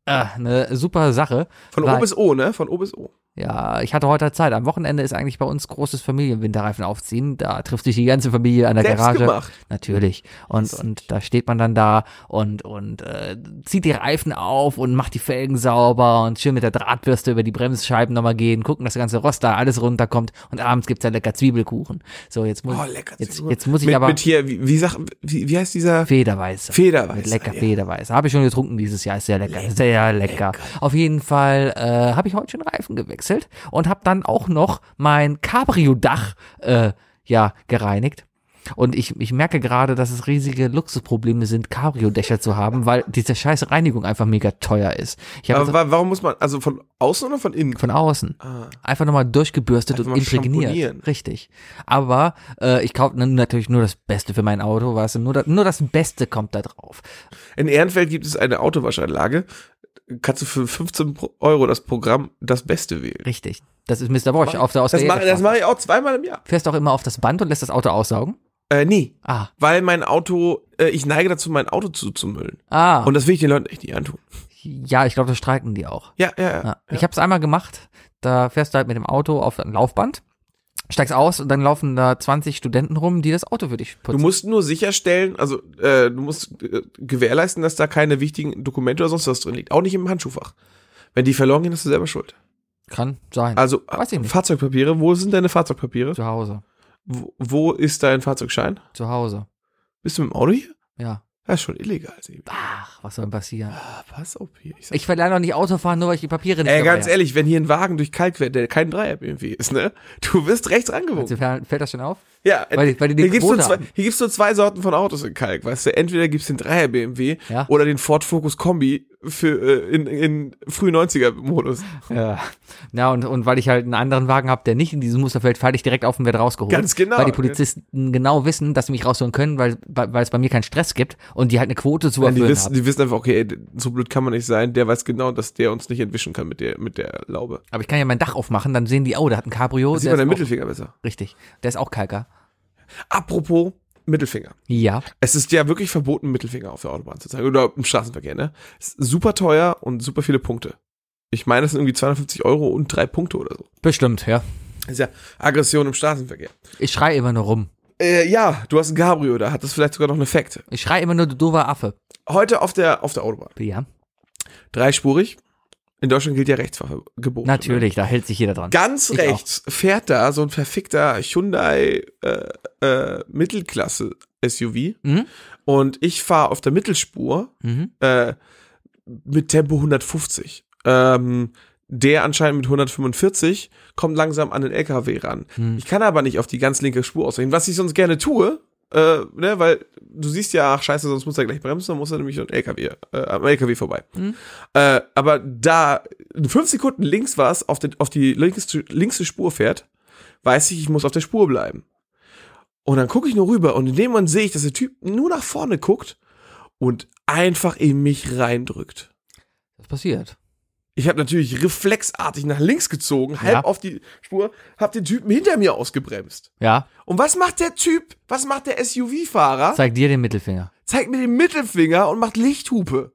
[SPEAKER 3] äh, eine super Sache.
[SPEAKER 2] Von
[SPEAKER 3] Weil-
[SPEAKER 2] O bis O, ne? Von O bis O.
[SPEAKER 3] Ja, ich hatte heute Zeit. Am Wochenende ist eigentlich bei uns großes Familienwinterreifen aufziehen. Da trifft sich die ganze Familie an der
[SPEAKER 2] Selbst
[SPEAKER 3] Garage.
[SPEAKER 2] gemacht.
[SPEAKER 3] Natürlich. Und, und da steht man dann da und, und äh, zieht die Reifen auf und macht die Felgen sauber und schön mit der Drahtbürste über die Bremsscheiben nochmal gehen, gucken, dass das ganze Rost da alles runterkommt und abends gibt's ja lecker Zwiebelkuchen. So, jetzt muss,
[SPEAKER 2] Oh, lecker.
[SPEAKER 3] jetzt,
[SPEAKER 2] Zwiebeln.
[SPEAKER 3] jetzt muss ich
[SPEAKER 2] mit,
[SPEAKER 3] aber
[SPEAKER 2] Mit hier, wie, wie, sag, wie, wie heißt dieser?
[SPEAKER 3] Federweiß.
[SPEAKER 2] Federweiß.
[SPEAKER 3] Mit lecker
[SPEAKER 2] ja.
[SPEAKER 3] Federweiß. Habe ich schon getrunken dieses Jahr. Ist sehr lecker. sehr lecker. Auf jeden Fall äh, habe ich heute schon Reifen gewechselt und habe dann auch noch mein Cabrio-Dach äh, ja, gereinigt. Und ich, ich merke gerade, dass es riesige Luxusprobleme sind, Cabrio-Dächer zu haben, weil diese scheiß Reinigung einfach mega teuer ist. Ich habe
[SPEAKER 2] Aber
[SPEAKER 3] also
[SPEAKER 2] wa- warum muss man, also von außen oder von innen?
[SPEAKER 3] von außen
[SPEAKER 2] Ah,
[SPEAKER 3] einfach nochmal durchgebürstet
[SPEAKER 2] Einfach mal
[SPEAKER 3] und imprägniert.
[SPEAKER 2] schamponieren.
[SPEAKER 3] Richtig. Aber äh, ich kaufe natürlich nur das Beste für mein Auto, weißt du, nur, da, nur das Beste kommt da drauf.
[SPEAKER 2] in Ehrenfeld gibt es eine Autowaschanlage. Kannst du für 15 Pro- Euro das Programm das Beste wählen?
[SPEAKER 3] Richtig. Das ist Mr. Bosch auf der
[SPEAKER 2] Das
[SPEAKER 3] Ostsee.
[SPEAKER 2] mache das mache ich auch zweimal im Jahr.
[SPEAKER 3] Fährst auch immer auf das Band und lässt das Auto aussaugen?
[SPEAKER 2] Äh, nee,
[SPEAKER 3] Ah,
[SPEAKER 2] weil mein Auto, äh, ich neige dazu, mein Auto zuzumüllen.
[SPEAKER 3] ah.
[SPEAKER 2] Und das will ich den Leuten echt nicht antun.
[SPEAKER 3] ja, ich glaube, das streiken die auch.
[SPEAKER 2] Ja, ja, ja.
[SPEAKER 3] Ja. Ich habe es einmal gemacht. Da fährst du halt mit dem Auto auf ein Laufband, steigst aus und dann laufen da 20 Studenten rum, die das Auto für dich
[SPEAKER 2] Du
[SPEAKER 3] putzen.
[SPEAKER 2] musst nur sicherstellen, also äh, du musst äh, gewährleisten, dass da keine wichtigen Dokumente oder sonst was drin liegt. Auch nicht im Handschuhfach. Wenn die verloren gehen, bist du selber schuld.
[SPEAKER 3] Kann sein.
[SPEAKER 2] Also
[SPEAKER 3] Weiß ich nicht.
[SPEAKER 2] Fahrzeugpapiere, wo sind deine Fahrzeugpapiere?
[SPEAKER 3] zu Hause.
[SPEAKER 2] Wo, wo ist dein Fahrzeugschein?
[SPEAKER 3] Zu Hause.
[SPEAKER 2] Bist du mit dem Auto hier?
[SPEAKER 3] Ja.
[SPEAKER 2] Das ist schon illegal, Sebi.
[SPEAKER 3] Ach, was soll denn passieren?
[SPEAKER 2] Ah, pass auf hier. Ich sag,
[SPEAKER 3] Ich verlerne doch nicht Autofahren, nur weil ich die Papiere nicht
[SPEAKER 2] ey, ganz
[SPEAKER 3] dabei hab.
[SPEAKER 2] ehrlich, wenn hier ein Wagen durch kalt wird, der kein Dreier irgendwie ist, ne? Du wirst rechts
[SPEAKER 3] Also,
[SPEAKER 2] rangewogen.
[SPEAKER 3] fällt fällt das schon auf?
[SPEAKER 2] Ja,
[SPEAKER 3] weil die- weil die die
[SPEAKER 2] hier gibt's nur
[SPEAKER 3] Quote
[SPEAKER 2] zwei,
[SPEAKER 3] haben.
[SPEAKER 2] hier gibt's nur zwei Sorten von Autos in Kalk, weißt du? Entweder gibt's den Dreier BMW
[SPEAKER 3] Ja.
[SPEAKER 2] oder den Ford Focus Kombi für, äh, in, in früh 90er-Modus.
[SPEAKER 3] Ja. Na, und, und weil ich halt einen anderen Wagen habe, der nicht in diesem Muster fällt, falle ich direkt auf und werde rausgeholt.
[SPEAKER 2] Ganz genau.
[SPEAKER 3] Weil die Polizisten genau wissen, dass sie mich rausholen können, weil, weil es bei mir keinen Stress gibt und die halt eine Quote zu
[SPEAKER 2] Nein, die,
[SPEAKER 3] erfüllen
[SPEAKER 2] wissen,
[SPEAKER 3] haben.
[SPEAKER 2] die wissen einfach, okay, ey, so blöd kann man nicht sein. Der weiß genau, dass der uns nicht entwischen kann mit der, mit der Laube.
[SPEAKER 3] Aber ich kann ja mein Dach aufmachen, dann sehen die, oh, der hat ein Cabrio.
[SPEAKER 2] Da sieht
[SPEAKER 3] der
[SPEAKER 2] man den
[SPEAKER 3] ist
[SPEAKER 2] Mittelfinger besser.
[SPEAKER 3] auch, richtig. Der ist auch Kalker.
[SPEAKER 2] Apropos Mittelfinger.
[SPEAKER 3] Ja.
[SPEAKER 2] Es ist ja wirklich verboten, Mittelfinger auf der Autobahn zu zeigen. Oder im Straßenverkehr, ne? Ist super teuer und super viele Punkte. Ich meine, das sind irgendwie 250 Euro und drei Punkte oder so.
[SPEAKER 3] Bestimmt, ja.
[SPEAKER 2] ist ja Aggression im Straßenverkehr.
[SPEAKER 3] Ich schreie immer nur rum.
[SPEAKER 2] Äh, ja, du hast ein Cabrio, da hat das vielleicht sogar noch einen Effekt.
[SPEAKER 3] Ich schreie immer nur, du doofer Affe.
[SPEAKER 2] Heute auf der, auf der Autobahn.
[SPEAKER 3] Ja.
[SPEAKER 2] Dreispurig. In Deutschland gilt ja Rechtsverbot.
[SPEAKER 3] Natürlich, da hält sich jeder dran.
[SPEAKER 2] Ganz
[SPEAKER 3] Ich
[SPEAKER 2] rechts fährt da so ein verfickter Hyundai äh, äh, Mittelklasse SUV
[SPEAKER 3] Mhm.
[SPEAKER 2] und ich fahre auf der Mittelspur
[SPEAKER 3] Mhm.
[SPEAKER 2] äh, mit Tempo 150. Ähm, der anscheinend mit 145 kommt langsam an den LKW ran.
[SPEAKER 3] Hm.
[SPEAKER 2] Ich kann aber nicht auf die ganz linke Spur ausweichen, was ich sonst gerne tue, äh, ne, weil du siehst ja, ach scheiße, sonst muss er gleich bremsen, dann muss er nämlich am LKW, äh, am LKW vorbei.
[SPEAKER 3] Hm.
[SPEAKER 2] Äh, aber da fünf Sekunden links war es, auf, den, auf die linkste, linkste Spur fährt, weiß ich, ich muss auf der Spur bleiben. Und dann gucke ich nur rüber und in dem Moment sehe ich, dass der Typ nur nach vorne guckt und einfach in mich reindrückt.
[SPEAKER 3] Das passiert.
[SPEAKER 2] Ich habe natürlich reflexartig nach links gezogen, halb
[SPEAKER 3] Ja.
[SPEAKER 2] auf die Spur, habe den Typen hinter mir ausgebremst.
[SPEAKER 3] Ja.
[SPEAKER 2] Und was macht der Typ? Was macht der SUV-Fahrer?
[SPEAKER 3] Zeig dir den Mittelfinger.
[SPEAKER 2] Zeigt mir den Mittelfinger und macht Lichthupe.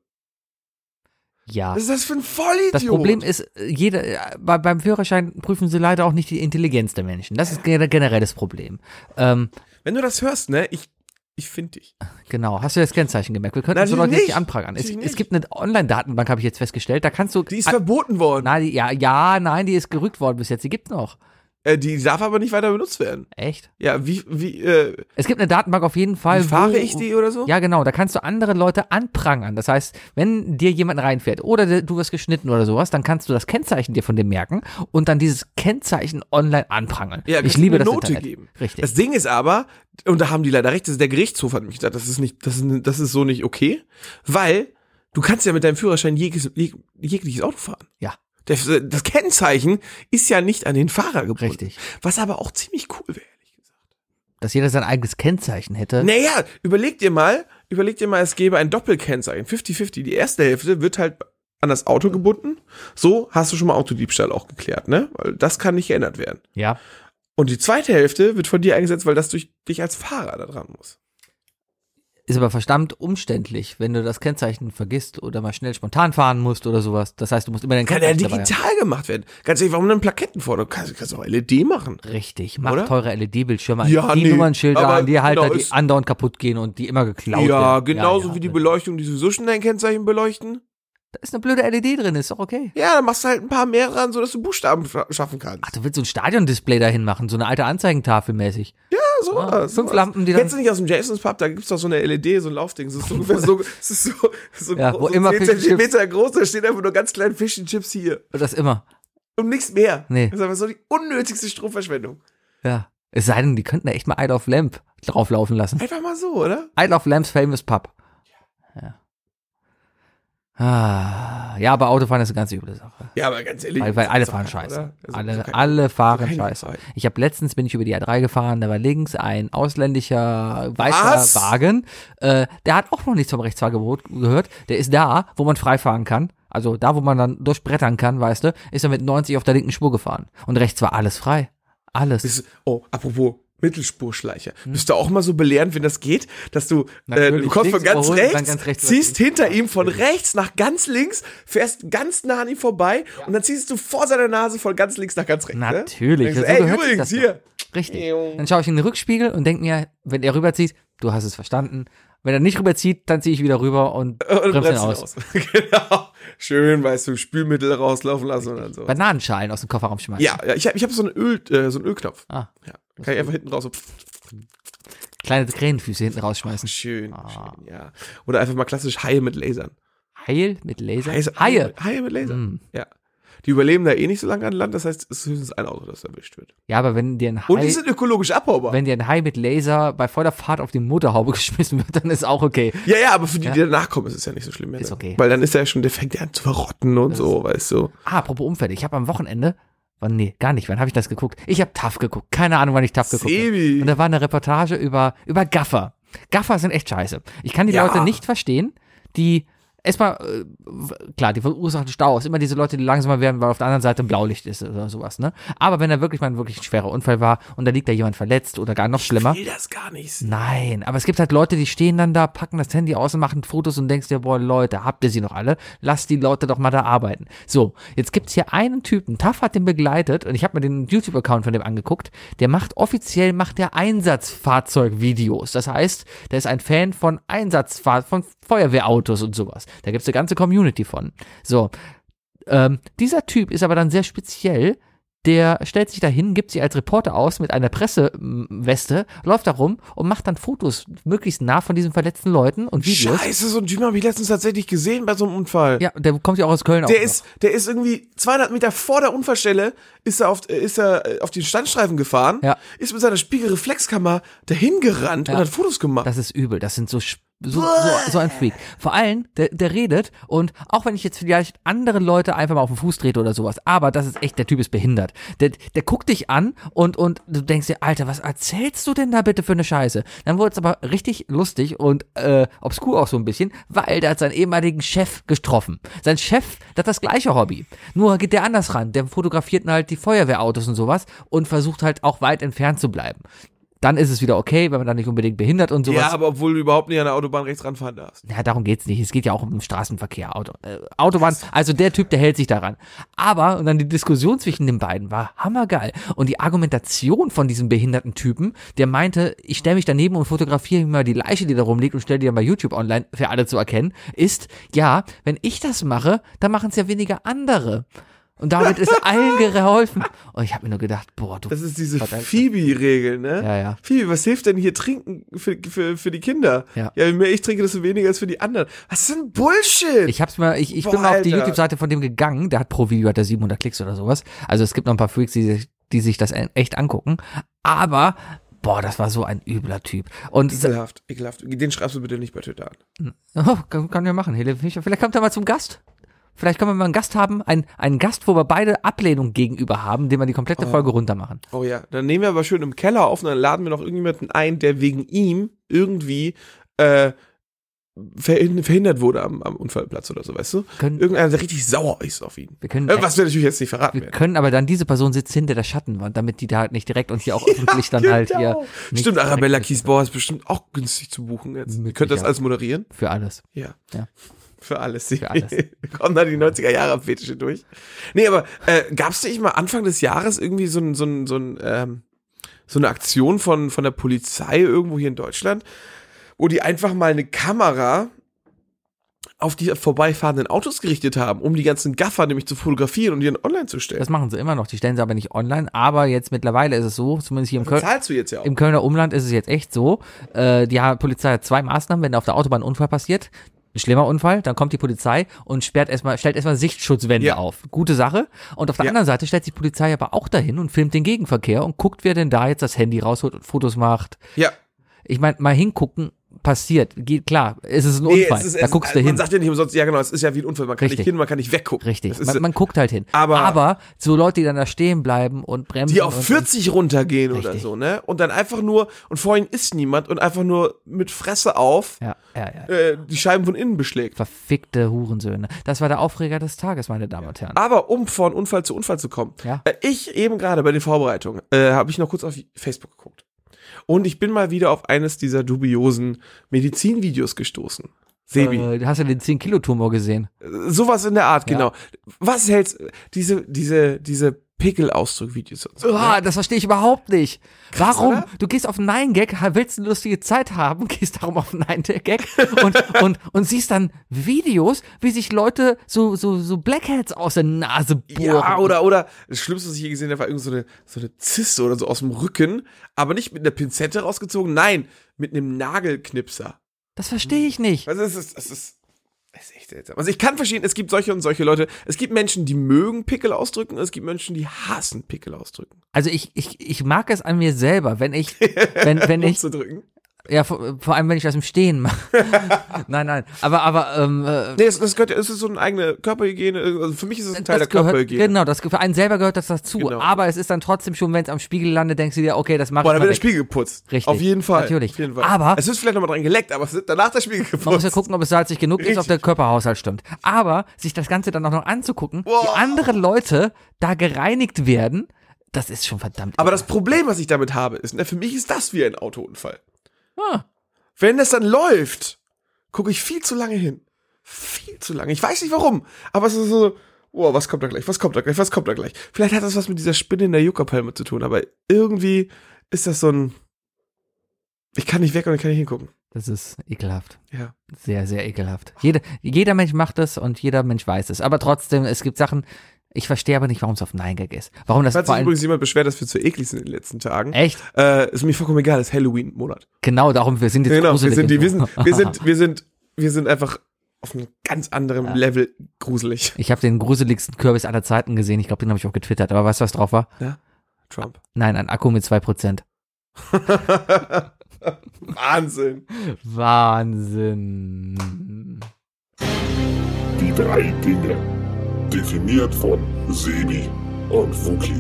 [SPEAKER 3] Ja.
[SPEAKER 2] Was ist das für ein Vollidiot?
[SPEAKER 3] Das Problem ist, äh, jeder, äh, bei, beim Führerschein prüfen sie leider auch nicht die Intelligenz der Menschen. Das ist gen- generelles Problem. Ähm,
[SPEAKER 2] Wenn du das hörst, ne? Ich, ich finde dich.
[SPEAKER 3] genau. Hast du das Kennzeichen gemerkt? Wir könnten
[SPEAKER 2] Natürlich
[SPEAKER 3] so Leute nicht
[SPEAKER 2] nicht.
[SPEAKER 3] anprangern. Es,
[SPEAKER 2] Natürlich
[SPEAKER 3] es gibt eine Online-Datenbank, habe ich jetzt festgestellt. Da kannst du.
[SPEAKER 2] Die ist verboten worden.
[SPEAKER 3] nein, die, ja, ja, nein, die ist gerückt worden bis jetzt. Die gibt's noch.
[SPEAKER 2] Äh, die darf aber nicht weiter benutzt werden.
[SPEAKER 3] Echt?
[SPEAKER 2] Ja, wie, wie, äh,
[SPEAKER 3] Es gibt eine Datenbank auf jeden Fall.
[SPEAKER 2] wie fahre
[SPEAKER 3] wo-
[SPEAKER 2] ich die oder so?
[SPEAKER 3] Also, Ja, genau. Da kannst du andere Leute anprangern. Das heißt, wenn dir jemand reinfährt oder de- du wirst geschnitten oder sowas, dann kannst du das Kennzeichen dir von dem merken und dann dieses Kennzeichen online anprangern.
[SPEAKER 2] Ja,
[SPEAKER 3] ich
[SPEAKER 2] kannst
[SPEAKER 3] liebe
[SPEAKER 2] du eine
[SPEAKER 3] das
[SPEAKER 2] Note
[SPEAKER 3] Internet.
[SPEAKER 2] geben.
[SPEAKER 3] Richtig.
[SPEAKER 2] Das Ding ist aber, und da haben die leider recht, das ist der Gerichtshof hat mich gesagt, das ist nicht, das ist, das ist so nicht okay, weil du kannst ja mit deinem Führerschein jegliches, jeg, jegliches Auto fahren.
[SPEAKER 3] ja,
[SPEAKER 2] Das, das Kennzeichen ist ja nicht an den Fahrer gebunden.
[SPEAKER 3] richtig.
[SPEAKER 2] Was aber auch ziemlich cool wäre, ehrlich gesagt.
[SPEAKER 3] Dass jeder sein eigenes Kennzeichen hätte.
[SPEAKER 2] Naja, überleg dir mal, überleg dir mal, es gäbe ein Doppelkennzeichen, 50-50. Die erste Hälfte wird halt an das Auto gebunden. So hast du schon mal Autodiebstahl auch geklärt, ne? Weil das kann nicht geändert werden.
[SPEAKER 3] Ja.
[SPEAKER 2] Und die zweite Hälfte wird von dir eingesetzt, weil das durch dich als Fahrer da dran muss.
[SPEAKER 3] Ist aber verdammt umständlich, wenn du das Kennzeichen vergisst oder mal schnell spontan fahren musst oder sowas. Das heißt, du musst immer dein
[SPEAKER 2] Kann ja
[SPEAKER 3] Kennzeichen dabei
[SPEAKER 2] digital gemacht werden. Ganz ehrlich, warum denn Plaketten vor? Du kannst, kannst auch LED machen.
[SPEAKER 3] haben. Richtig. Mach
[SPEAKER 2] Oder?
[SPEAKER 3] teure LED-Bildschirme an,
[SPEAKER 2] Ja,
[SPEAKER 3] die
[SPEAKER 2] nee,
[SPEAKER 3] Nummernschilder
[SPEAKER 2] aber
[SPEAKER 3] an, die Halter,
[SPEAKER 2] genau,
[SPEAKER 3] die
[SPEAKER 2] ist-
[SPEAKER 3] andauernd kaputt gehen und die immer geklaut
[SPEAKER 2] ja,
[SPEAKER 3] werden.
[SPEAKER 2] genauso
[SPEAKER 3] ja,
[SPEAKER 2] wie die
[SPEAKER 3] ja.
[SPEAKER 2] Beleuchtung, die sowieso schon dein Kennzeichen beleuchten.
[SPEAKER 3] Da ist eine blöde LED drin, ist doch okay.
[SPEAKER 2] Ja, dann machst du halt ein paar mehr dran, sodass du Buchstaben fa- schaffen kannst.
[SPEAKER 3] Ach, du willst so ein Stadiondisplay dahin machen, so eine alte Anzeigentafel mäßig.
[SPEAKER 2] Ja, so.
[SPEAKER 3] Ah,
[SPEAKER 2] so
[SPEAKER 3] fünf Lampen, die dann-
[SPEAKER 2] Kennst du nicht aus dem Jasons Pub, da gibt's doch so eine LED, so ein Laufding. Das ist so
[SPEAKER 3] (laughs)
[SPEAKER 2] ungefähr so, das ist so, so,
[SPEAKER 3] Ja,
[SPEAKER 2] groß,
[SPEAKER 3] wo
[SPEAKER 2] so
[SPEAKER 3] immer
[SPEAKER 2] 10
[SPEAKER 3] Fish and
[SPEAKER 2] Zentimeter groß, da steht einfach nur ganz klein Fish and Chips hier.
[SPEAKER 3] Und Das immer.
[SPEAKER 2] Und nichts mehr.
[SPEAKER 3] Nee.
[SPEAKER 2] Das ist einfach so die unnötigste Stromverschwendung.
[SPEAKER 3] Ja. Es sei denn, die könnten da echt mal Idle of Lamp drauflaufen lassen.
[SPEAKER 2] Einfach mal so, oder?
[SPEAKER 3] Idle of Lamps Famous Pub. Ja. Ah, ja, aber Autofahren ist eine ganz üble Sache.
[SPEAKER 2] Ja, aber ganz ehrlich.
[SPEAKER 3] Weil, weil alle
[SPEAKER 2] so
[SPEAKER 3] fahren
[SPEAKER 2] einfach,
[SPEAKER 3] scheiße.
[SPEAKER 2] oder? Also, so
[SPEAKER 3] Alle,
[SPEAKER 2] kein-
[SPEAKER 3] alle fahren
[SPEAKER 2] keine
[SPEAKER 3] scheiße.
[SPEAKER 2] Frage.
[SPEAKER 3] Ich habe letztens bin ich über die A3 gefahren, da war links ein ausländischer weißer
[SPEAKER 2] Was?
[SPEAKER 3] Wagen. Äh, der hat auch noch nichts vom Rechtsfahrgebot gehört. Der ist da, wo man frei fahren kann. Also da, wo man dann durchbrettern kann, weißt du, ist er mit 90 auf der linken Spur gefahren. Und rechts war alles frei. Alles.
[SPEAKER 2] Bist, oh, apropos Mittelspurschleicher. Bist du auch mal so belehrend, wenn das geht, dass du, äh,
[SPEAKER 3] Natürlich,
[SPEAKER 2] du kommst von
[SPEAKER 3] links
[SPEAKER 2] ganz
[SPEAKER 3] überholen, dann
[SPEAKER 2] rechts,
[SPEAKER 3] ganz rechts
[SPEAKER 2] ziehst
[SPEAKER 3] überziehen.
[SPEAKER 2] hinter ihm von rechts nach ganz links, fährst ganz nah an ihm vorbei und dann ziehst du vor seiner Nase von ganz links nach ganz rechts.
[SPEAKER 3] Natürlich. Also,
[SPEAKER 2] Ne? Denkst, du,
[SPEAKER 3] so
[SPEAKER 2] ey,
[SPEAKER 3] gehört sich
[SPEAKER 2] übrigens,
[SPEAKER 3] das doch.
[SPEAKER 2] hier.
[SPEAKER 3] Richtig.
[SPEAKER 2] Eung.
[SPEAKER 3] Dann schaue ich in den Rückspiegel und denke mir, wenn er rüberzieht, du hast es verstanden. Wenn er nicht rüberzieht, dann ziehe ich wieder rüber
[SPEAKER 2] (laughs)
[SPEAKER 3] und
[SPEAKER 2] Und
[SPEAKER 3] bremse ihn
[SPEAKER 2] bremst ihn
[SPEAKER 3] aus.
[SPEAKER 2] aus. (laughs) genau. Schön, weißt du, Spülmittel rauslaufen lassen und dann so.
[SPEAKER 3] Bananenschalen aus dem Kofferraum schmeißen.
[SPEAKER 2] Ja, ja, ich habe ich hab so, einen Öl, äh, so einen Ölknopf.
[SPEAKER 3] Ah,
[SPEAKER 2] Ja, kann ich einfach hinten raus so. pff,
[SPEAKER 3] kleine Krähenfüße hinten rausschmeißen.
[SPEAKER 2] Schön,
[SPEAKER 3] Ah.
[SPEAKER 2] schön, ja. Oder einfach mal klassisch Haie mit Lasern.
[SPEAKER 3] Heil mit Laser?
[SPEAKER 2] Haie,
[SPEAKER 3] Haie. Mhm.
[SPEAKER 2] Haie mit Lasern. Ja. Die überleben da eh nicht so lange an Land, das heißt, es ist höchstens ein Auto, das erwischt wird.
[SPEAKER 3] Ja, aber wenn dir ein
[SPEAKER 2] Und die
[SPEAKER 3] Hai,
[SPEAKER 2] sind ökologisch abbaubar.
[SPEAKER 3] wenn dir ein Hai mit Laser bei voller Fahrt auf die Motorhaube (laughs) geschmissen wird, dann ist auch okay.
[SPEAKER 2] ja, ja, aber für die,
[SPEAKER 3] Ja.
[SPEAKER 2] die danach kommen, ist es ja nicht so schlimm mehr.
[SPEAKER 3] Ist
[SPEAKER 2] ne?
[SPEAKER 3] okay.
[SPEAKER 2] Weil dann ist er ja schon, der fängt ja an zu verrotten und so, weißt du.
[SPEAKER 3] Ah, apropos Unfälle. Ich habe am Wochenende, wann, nee, gar nicht, wann habe ich das geguckt? Ich habe TAF geguckt. Keine Ahnung, wann ich TAF geguckt habe.
[SPEAKER 2] Sebi.
[SPEAKER 3] Und da war eine Reportage über, über Gaffer. Gaffer sind echt scheiße. Ich kann die
[SPEAKER 2] Ja.
[SPEAKER 3] Leute nicht verstehen, die erstmal, äh, w- klar, die verursachen Staus. Immer diese Leute, die langsamer werden, weil auf der anderen Seite ein Blaulicht ist oder sowas, ne? Aber wenn da wirklich mal ein wirklich schwerer Unfall war und da liegt da jemand verletzt oder gar noch schlimmer.
[SPEAKER 2] will das gar nicht. sehen.
[SPEAKER 3] Nein, aber es gibt halt Leute, die stehen dann da, packen das Handy aus und machen Fotos und denkst dir, boah, Leute, habt ihr sie noch alle? Lasst die Leute doch mal da arbeiten. So, jetzt gibt's hier einen Typen, Taff hat den begleitet und ich habe mir den YouTube-Account von dem angeguckt, der macht offiziell, macht der Einsatzfahrzeugvideos. Das heißt, der ist ein Fan von Einsatzfahr von Feuerwehrautos und sowas. Da gibt's eine ganze Community von. So, ähm, dieser Typ ist aber dann sehr speziell. Der stellt sich dahin, gibt sie als Reporter aus mit einer Presseweste, läuft da rum und macht dann Fotos möglichst nah von diesen verletzten Leuten und Videos.
[SPEAKER 2] Scheiße, so einen Typen habe ich letztens tatsächlich gesehen bei so einem Unfall.
[SPEAKER 3] Ja, der kommt ja auch aus Köln. auch
[SPEAKER 2] Der
[SPEAKER 3] noch.
[SPEAKER 2] ist, der ist irgendwie 200 Meter vor der Unfallstelle, ist er auf, äh, ist er äh, auf den Standstreifen gefahren,
[SPEAKER 3] Ja.
[SPEAKER 2] ist mit seiner Spiegelreflexkammer dahin gerannt und hat Fotos gemacht.
[SPEAKER 3] Das ist übel. Das sind so, sch- so, so, so ein Freak. Vor allem, der, der redet und auch wenn ich jetzt vielleicht andere Leute einfach mal auf den Fuß trete oder sowas, aber das ist echt, der Typ ist behindert. Der, der guckt dich an und, und du denkst dir, Alter, was erzählst du denn da bitte für eine Scheiße? Dann wurde es aber richtig lustig und äh, obskur auch so ein bisschen, weil der hat seinen ehemaligen Chef getroffen. Sein Chef, der hat das gleiche Hobby. Nur geht der anders ran. Der fotografiert halt die Feuerwehrautos und sowas und versucht halt auch weit entfernt zu bleiben. Dann ist es wieder okay, wenn man da nicht unbedingt behindert und sowas.
[SPEAKER 2] ja, aber obwohl du überhaupt nicht an der Autobahn rechts ranfahren darfst.
[SPEAKER 3] Ja, darum geht's nicht. Es geht ja auch um den Straßenverkehr, Auto, äh, Autobahn. Also der Typ, der hält sich daran. Aber, und dann die Diskussion zwischen den beiden war hammergeil. Und die Argumentation von diesem behinderten Typen, der meinte, ich stelle mich daneben und fotografiere mir mal die Leiche, die da rumliegt und stelle die dann bei YouTube online für alle zu erkennen, ist, ja, wenn ich das mache, dann machen es ja weniger andere. Und damit ist
[SPEAKER 2] (laughs)
[SPEAKER 3] allen geholfen. Und ich habe mir nur gedacht, boah, du
[SPEAKER 2] Das ist diese
[SPEAKER 3] Verdammt.
[SPEAKER 2] Phoebe-Regel, ne?
[SPEAKER 3] Ja, ja.
[SPEAKER 2] Phoebe, was hilft denn hier trinken für, für, für die Kinder?
[SPEAKER 3] Ja.
[SPEAKER 2] ja, je mehr ich trinke, desto weniger ist für die anderen. Was ist denn Bullshit?
[SPEAKER 3] Ich hab's mal, ich, ich bin
[SPEAKER 2] Boah,
[SPEAKER 3] mal auf die
[SPEAKER 2] Alter.
[SPEAKER 3] YouTube-Seite von dem gegangen, der hat pro Video hat er 700 Klicks oder sowas. Also es gibt noch ein paar Freaks, die sich, die sich das echt angucken. Aber, boah, das war so ein übler Typ. Und
[SPEAKER 2] ekelhaft, ekelhaft. Den schreibst du bitte nicht bei Twitter an.
[SPEAKER 3] oh, kann, kann ja machen, Hele Fischer. Vielleicht kommt er mal zum Gast. Vielleicht können wir mal einen Gast haben, einen, einen Gast, wo wir beide Ablehnung gegenüber haben, dem wir die komplette Folge runter machen.
[SPEAKER 2] Oh ja, dann nehmen wir aber schön im Keller auf und dann laden wir noch irgendjemanden ein, der wegen ihm irgendwie äh, verhin- verhindert wurde am, am Unfallplatz oder so, weißt du?
[SPEAKER 3] Können-
[SPEAKER 2] Irgendeiner, der richtig sauer ist auf ihn.
[SPEAKER 3] Wir können,
[SPEAKER 2] Äh, was wir natürlich jetzt nicht verraten
[SPEAKER 3] Mhm. wir
[SPEAKER 2] werden.
[SPEAKER 3] können aber dann diese Person sitzt hinter der Schattenwand, damit die da halt nicht direkt uns
[SPEAKER 2] (laughs)
[SPEAKER 3] hier auch öffentlich dann halt hier nicht
[SPEAKER 2] Genau. Stimmt,
[SPEAKER 3] direkt
[SPEAKER 2] Arabella Kiesbauer ist bestimmt auch günstig zu buchen jetzt. Ihr könnt das
[SPEAKER 3] Möglicherweise.
[SPEAKER 2] alles moderieren?
[SPEAKER 3] für alles.
[SPEAKER 2] Ja.
[SPEAKER 3] Ja.
[SPEAKER 2] Für alles.
[SPEAKER 3] Für alles.
[SPEAKER 2] Wir (laughs) kommen da die 90er-Jahre-Fetische durch. Nee, aber äh, gab es nicht mal Anfang des Jahres irgendwie so, ein, so, ein, so, ein, ähm, so eine Aktion von, von der Polizei irgendwo hier in Deutschland, wo die einfach mal eine Kamera auf die vorbeifahrenden Autos gerichtet haben, um die ganzen Gaffer nämlich zu fotografieren und die dann online zu stellen?
[SPEAKER 3] Das machen sie immer noch. Die stellen sie aber nicht online. Aber jetzt mittlerweile ist es so, zumindest hier im Köln.
[SPEAKER 2] zahlst du jetzt ja auch.
[SPEAKER 3] Im Kölner Umland ist es jetzt echt so, äh, die ha- Polizei hat zwei Maßnahmen, wenn auf der Autobahn ein Unfall passiert, ein schlimmer Unfall, dann kommt die Polizei und sperrt erstmal, stellt erstmal Sichtschutzwände
[SPEAKER 2] Ja.
[SPEAKER 3] auf. Gute Sache. Und auf der
[SPEAKER 2] Ja.
[SPEAKER 3] anderen Seite stellt sich die Polizei aber auch dahin und filmt den Gegenverkehr und guckt, wer denn da jetzt das Handy rausholt und Fotos macht.
[SPEAKER 2] Ja.
[SPEAKER 3] Ich meine, mal hingucken, passiert. Geht klar, es ist ein
[SPEAKER 2] Nee,
[SPEAKER 3] Unfall.
[SPEAKER 2] es ist-
[SPEAKER 3] da
[SPEAKER 2] es-
[SPEAKER 3] guckst du
[SPEAKER 2] Man
[SPEAKER 3] hin.
[SPEAKER 2] sagt ja nicht umsonst, ja genau, es ist ja wie ein Unfall, man kann
[SPEAKER 3] Richtig.
[SPEAKER 2] nicht hin, man kann nicht weggucken.
[SPEAKER 3] Richtig.
[SPEAKER 2] Das ist,
[SPEAKER 3] Man, man guckt halt hin.
[SPEAKER 2] Aber-
[SPEAKER 3] so Leute, die dann da stehen bleiben und bremsen.
[SPEAKER 2] die auf
[SPEAKER 3] und,
[SPEAKER 2] 40 runtergehen oder
[SPEAKER 3] Richtig.
[SPEAKER 2] so, ne? Und dann einfach nur, und vor ihnen ist niemand und einfach nur mit Fresse auf
[SPEAKER 3] Ja, ja, ja.
[SPEAKER 2] äh, die Scheiben von innen beschlägt.
[SPEAKER 3] Verfickte Hurensöhne. Das war der Aufreger des Tages, meine Damen und Herren.
[SPEAKER 2] Aber um von Unfall zu Unfall zu kommen,
[SPEAKER 3] Ja.
[SPEAKER 2] äh, ich eben gerade bei den Vorbereitungen, äh, habe ich noch kurz auf Facebook geguckt. Und ich bin mal wieder auf eines dieser dubiosen Medizinvideos gestoßen. Sebi.
[SPEAKER 3] Äh, hast du den 10-Kilo-Tumor gesehen?
[SPEAKER 2] Sowas in der Art,
[SPEAKER 3] Ja.
[SPEAKER 2] genau. Was hältst diese, diese, diese Pickelausdruck-Videos und so? ne?
[SPEAKER 3] Uah, Ah, das verstehe ich überhaupt nicht. Warum?
[SPEAKER 2] oder?
[SPEAKER 3] Du gehst auf einen Nein-Gag, ha- willst eine lustige Zeit haben, (laughs) gehst darum auf einen Nein-Gag und, und, und siehst dann Videos, wie sich Leute so, so, so Blackheads aus der Nase bohren.
[SPEAKER 2] Ja, oder, oder das Schlimmste, was ich je gesehen habe, war irgend so eine, so eine Zyste oder so aus dem Rücken, aber nicht mit einer Pinzette rausgezogen, nein, mit einem Nagelknipser.
[SPEAKER 3] Das verstehe ich nicht.
[SPEAKER 2] Also es ist, es ist Das ist echt seltsam. Also ich kann verstehen, es gibt solche und solche Leute. Es gibt Menschen, die mögen Pickel ausdrücken, und es gibt Menschen, die hassen Pickel ausdrücken.
[SPEAKER 3] Also ich, ich, ich mag es an mir selber, wenn ich, wenn,
[SPEAKER 2] (laughs)
[SPEAKER 3] wenn ich,
[SPEAKER 2] Umzudrücken.
[SPEAKER 3] ja, vor, vor allem wenn ich das im Stehen mache. (laughs) nein, nein. Aber, aber, ähm, äh,
[SPEAKER 2] Nee, das, das gehört, ja- es ist so eine eigene Körperhygiene. Also für mich ist es ein Teil
[SPEAKER 3] das
[SPEAKER 2] der
[SPEAKER 3] gehört,
[SPEAKER 2] Körperhygiene.
[SPEAKER 3] genau, das, für einen selber gehört das dazu.
[SPEAKER 2] Genau.
[SPEAKER 3] Aber es ist dann trotzdem schon, wenn es am Spiegel landet, denkst du dir, okay, das mache
[SPEAKER 2] Boah,
[SPEAKER 3] ich
[SPEAKER 2] dann
[SPEAKER 3] mal
[SPEAKER 2] wird der
[SPEAKER 3] weg.
[SPEAKER 2] Spiegel geputzt.
[SPEAKER 3] Richtig.
[SPEAKER 2] Auf jeden Fall.
[SPEAKER 3] Natürlich.
[SPEAKER 2] Auf jeden Fall.
[SPEAKER 3] Aber-
[SPEAKER 2] es ist vielleicht nochmal dran geleckt, aber es wird danach der Spiegel
[SPEAKER 3] Man muss ja
[SPEAKER 2] geputzt.
[SPEAKER 3] gucken, ob es salzig genug ist, ob
[SPEAKER 2] Richtig.
[SPEAKER 3] der Körperhaushalt stimmt. Aber sich das Ganze dann auch noch anzugucken, wie
[SPEAKER 2] Boah.
[SPEAKER 3] andere Leute da gereinigt werden, das ist schon verdammt.
[SPEAKER 2] Aber das Problem, was ich damit habe, ist, ne, für mich ist das wie ein Autounfall.
[SPEAKER 3] Ah.
[SPEAKER 2] Wenn das dann läuft, gucke ich viel zu lange hin. Viel zu lange. Ich weiß nicht warum, aber es ist so, boah, was kommt da gleich, was kommt da gleich, was kommt da gleich. Vielleicht hat das was mit dieser Spinne in der Juckerpalme zu tun, aber irgendwie ist das so ein, ich kann nicht weg und ich kann nicht hingucken.
[SPEAKER 3] das ist ekelhaft.
[SPEAKER 2] Ja.
[SPEAKER 3] Sehr, sehr ekelhaft. Jeder, jeder Mensch macht es und jeder Mensch weiß es. Aber trotzdem, es gibt Sachen, ich verstehe aber nicht, warum es auf Nein Gag ist. Warum das
[SPEAKER 2] Hat
[SPEAKER 3] vor
[SPEAKER 2] sich
[SPEAKER 3] allem,
[SPEAKER 2] übrigens jemand beschwert, dass wir zu eklig sind in den letzten Tagen.
[SPEAKER 3] Echt?
[SPEAKER 2] Äh, ist mir vollkommen egal, ist Halloween-Monat.
[SPEAKER 3] Genau, darum, wir sind jetzt
[SPEAKER 2] Genau, wir
[SPEAKER 3] gruselig
[SPEAKER 2] sind,
[SPEAKER 3] und
[SPEAKER 2] die, wir,
[SPEAKER 3] so.
[SPEAKER 2] sind, wir, sind, wir, sind, wir sind einfach auf einem ganz anderen Level gruselig.
[SPEAKER 3] Ich habe den gruseligsten Kürbis aller Zeiten gesehen. Ich glaube, den habe ich auch getwittert. Aber weißt du, was drauf war?
[SPEAKER 2] Trump.
[SPEAKER 3] Nein, ein Akku mit 2%.
[SPEAKER 2] (laughs) Wahnsinn.
[SPEAKER 3] Wahnsinn.
[SPEAKER 4] Die drei Dinge. Definiert von Sebi und Fuki.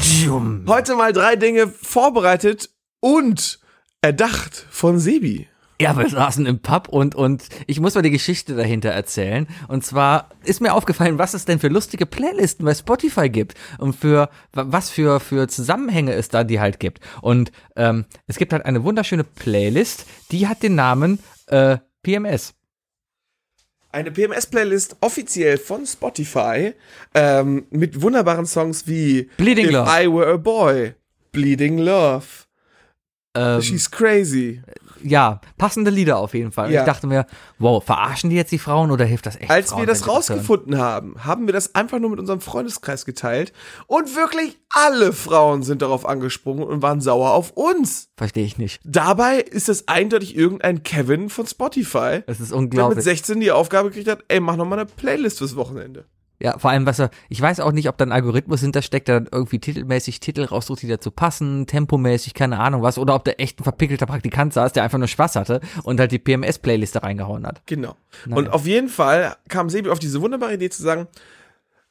[SPEAKER 3] Tschum.
[SPEAKER 2] Heute mal drei Dinge vorbereitet und erdacht von Sebi.
[SPEAKER 3] Ja, wir saßen im Pub und, und ich muss mal die Geschichte dahinter erzählen. Und zwar ist mir aufgefallen, was es denn für lustige Playlisten bei Spotify gibt und für wa- was für, für Zusammenhänge es da die halt gibt. Und ähm, es gibt halt eine wunderschöne Playlist, die hat den Namen äh, PMS.
[SPEAKER 2] Eine PMS-Playlist offiziell von Spotify ähm, mit wunderbaren Songs wie
[SPEAKER 3] Bleeding
[SPEAKER 2] If
[SPEAKER 3] Love.
[SPEAKER 2] I Were a Boy, Bleeding Love,
[SPEAKER 3] Ähm,
[SPEAKER 2] She's Crazy.
[SPEAKER 3] ja, passende Lieder auf jeden Fall. Und
[SPEAKER 2] Ja.
[SPEAKER 3] Ich dachte mir, wow, verarschen die jetzt die Frauen oder hilft das echt?
[SPEAKER 2] Als wir
[SPEAKER 3] Frauen, wenn
[SPEAKER 2] das
[SPEAKER 3] die hören?
[SPEAKER 2] rausgefunden haben, haben wir das einfach nur mit unserem Freundeskreis geteilt und wirklich alle Frauen sind darauf angesprungen und waren sauer auf uns.
[SPEAKER 3] Verstehe ich nicht.
[SPEAKER 2] Dabei ist es eindeutig irgendein Kevin von Spotify,
[SPEAKER 3] Das ist
[SPEAKER 2] der mit
[SPEAKER 3] unglaublich.
[SPEAKER 2] 16 die Aufgabe gekriegt hat, ey, mach noch mal eine Playlist fürs Wochenende.
[SPEAKER 3] Ja, vor allem, was er, ich weiß auch nicht, ob da ein Algorithmus hintersteckt, der dann irgendwie titelmäßig Titel raussucht, die dazu passen, tempomäßig, keine Ahnung was, oder ob der echt ein verpickelter Praktikant saß, der einfach nur Spaß hatte und halt die PMS-Playlist da reingehauen hat.
[SPEAKER 2] Genau.
[SPEAKER 3] Naja.
[SPEAKER 2] Und auf jeden Fall kam Sebi auf diese wunderbare Idee zu sagen,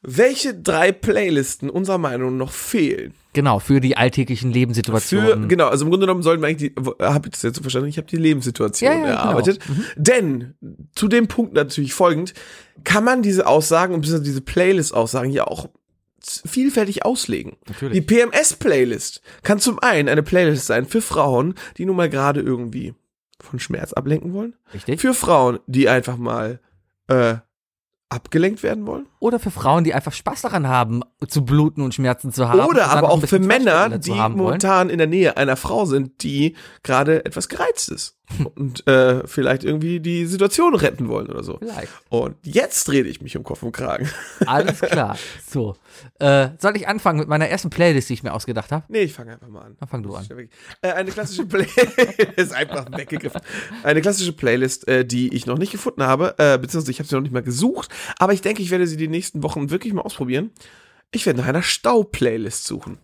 [SPEAKER 2] welche drei Playlisten unserer Meinung nach noch fehlen.
[SPEAKER 3] Genau, für die alltäglichen
[SPEAKER 2] Für,
[SPEAKER 3] Lebenssituationen.
[SPEAKER 2] genau, also im Grunde genommen sollten wir eigentlich die, habe ich das jetzt so verstanden, ich habe die Lebenssituation
[SPEAKER 3] Ja, ja, genau.
[SPEAKER 2] erarbeitet. Denn, zu dem Punkt natürlich folgend, kann man diese Aussagen und beziehungsweise diese Playlist-Aussagen ja auch z- vielfältig auslegen. Die
[SPEAKER 3] Natürlich.
[SPEAKER 2] PMS-Playlist kann zum einen eine Playlist sein für Frauen, die nun mal gerade irgendwie von Schmerz ablenken wollen.
[SPEAKER 3] Richtig?
[SPEAKER 2] Für Frauen, die einfach mal äh, abgelenkt werden wollen.
[SPEAKER 3] oder für Frauen, die einfach Spaß daran haben, zu bluten und Schmerzen zu haben.
[SPEAKER 2] Oder
[SPEAKER 3] und dann
[SPEAKER 2] aber
[SPEAKER 3] noch ein
[SPEAKER 2] auch für
[SPEAKER 3] bisschen
[SPEAKER 2] Männer,
[SPEAKER 3] Taschenstelle
[SPEAKER 2] die
[SPEAKER 3] zu haben wollen.
[SPEAKER 2] momentan in der Nähe einer Frau sind, die gerade etwas gereizt
[SPEAKER 3] (laughs)
[SPEAKER 2] ist und äh, vielleicht irgendwie die Situation retten wollen oder so.
[SPEAKER 3] Vielleicht.
[SPEAKER 2] Und jetzt rede ich mich um Kopf und Kragen. (laughs)
[SPEAKER 3] Alles klar. So. Äh, soll ich anfangen mit meiner ersten Playlist, die ich mir ausgedacht habe?
[SPEAKER 2] Nee, ich fange einfach mal an.
[SPEAKER 3] Dann fang du an.
[SPEAKER 2] Äh, eine klassische Playlist (laughs) ist einfach weggegriffen. Eine klassische Playlist, äh, die ich noch nicht gefunden habe, äh, beziehungsweise ich habe sie noch nicht mal gesucht, aber ich denke, ich werde sie die nächsten Wochen wirklich mal ausprobieren. Ich werde nach einer Stau-Playlist suchen.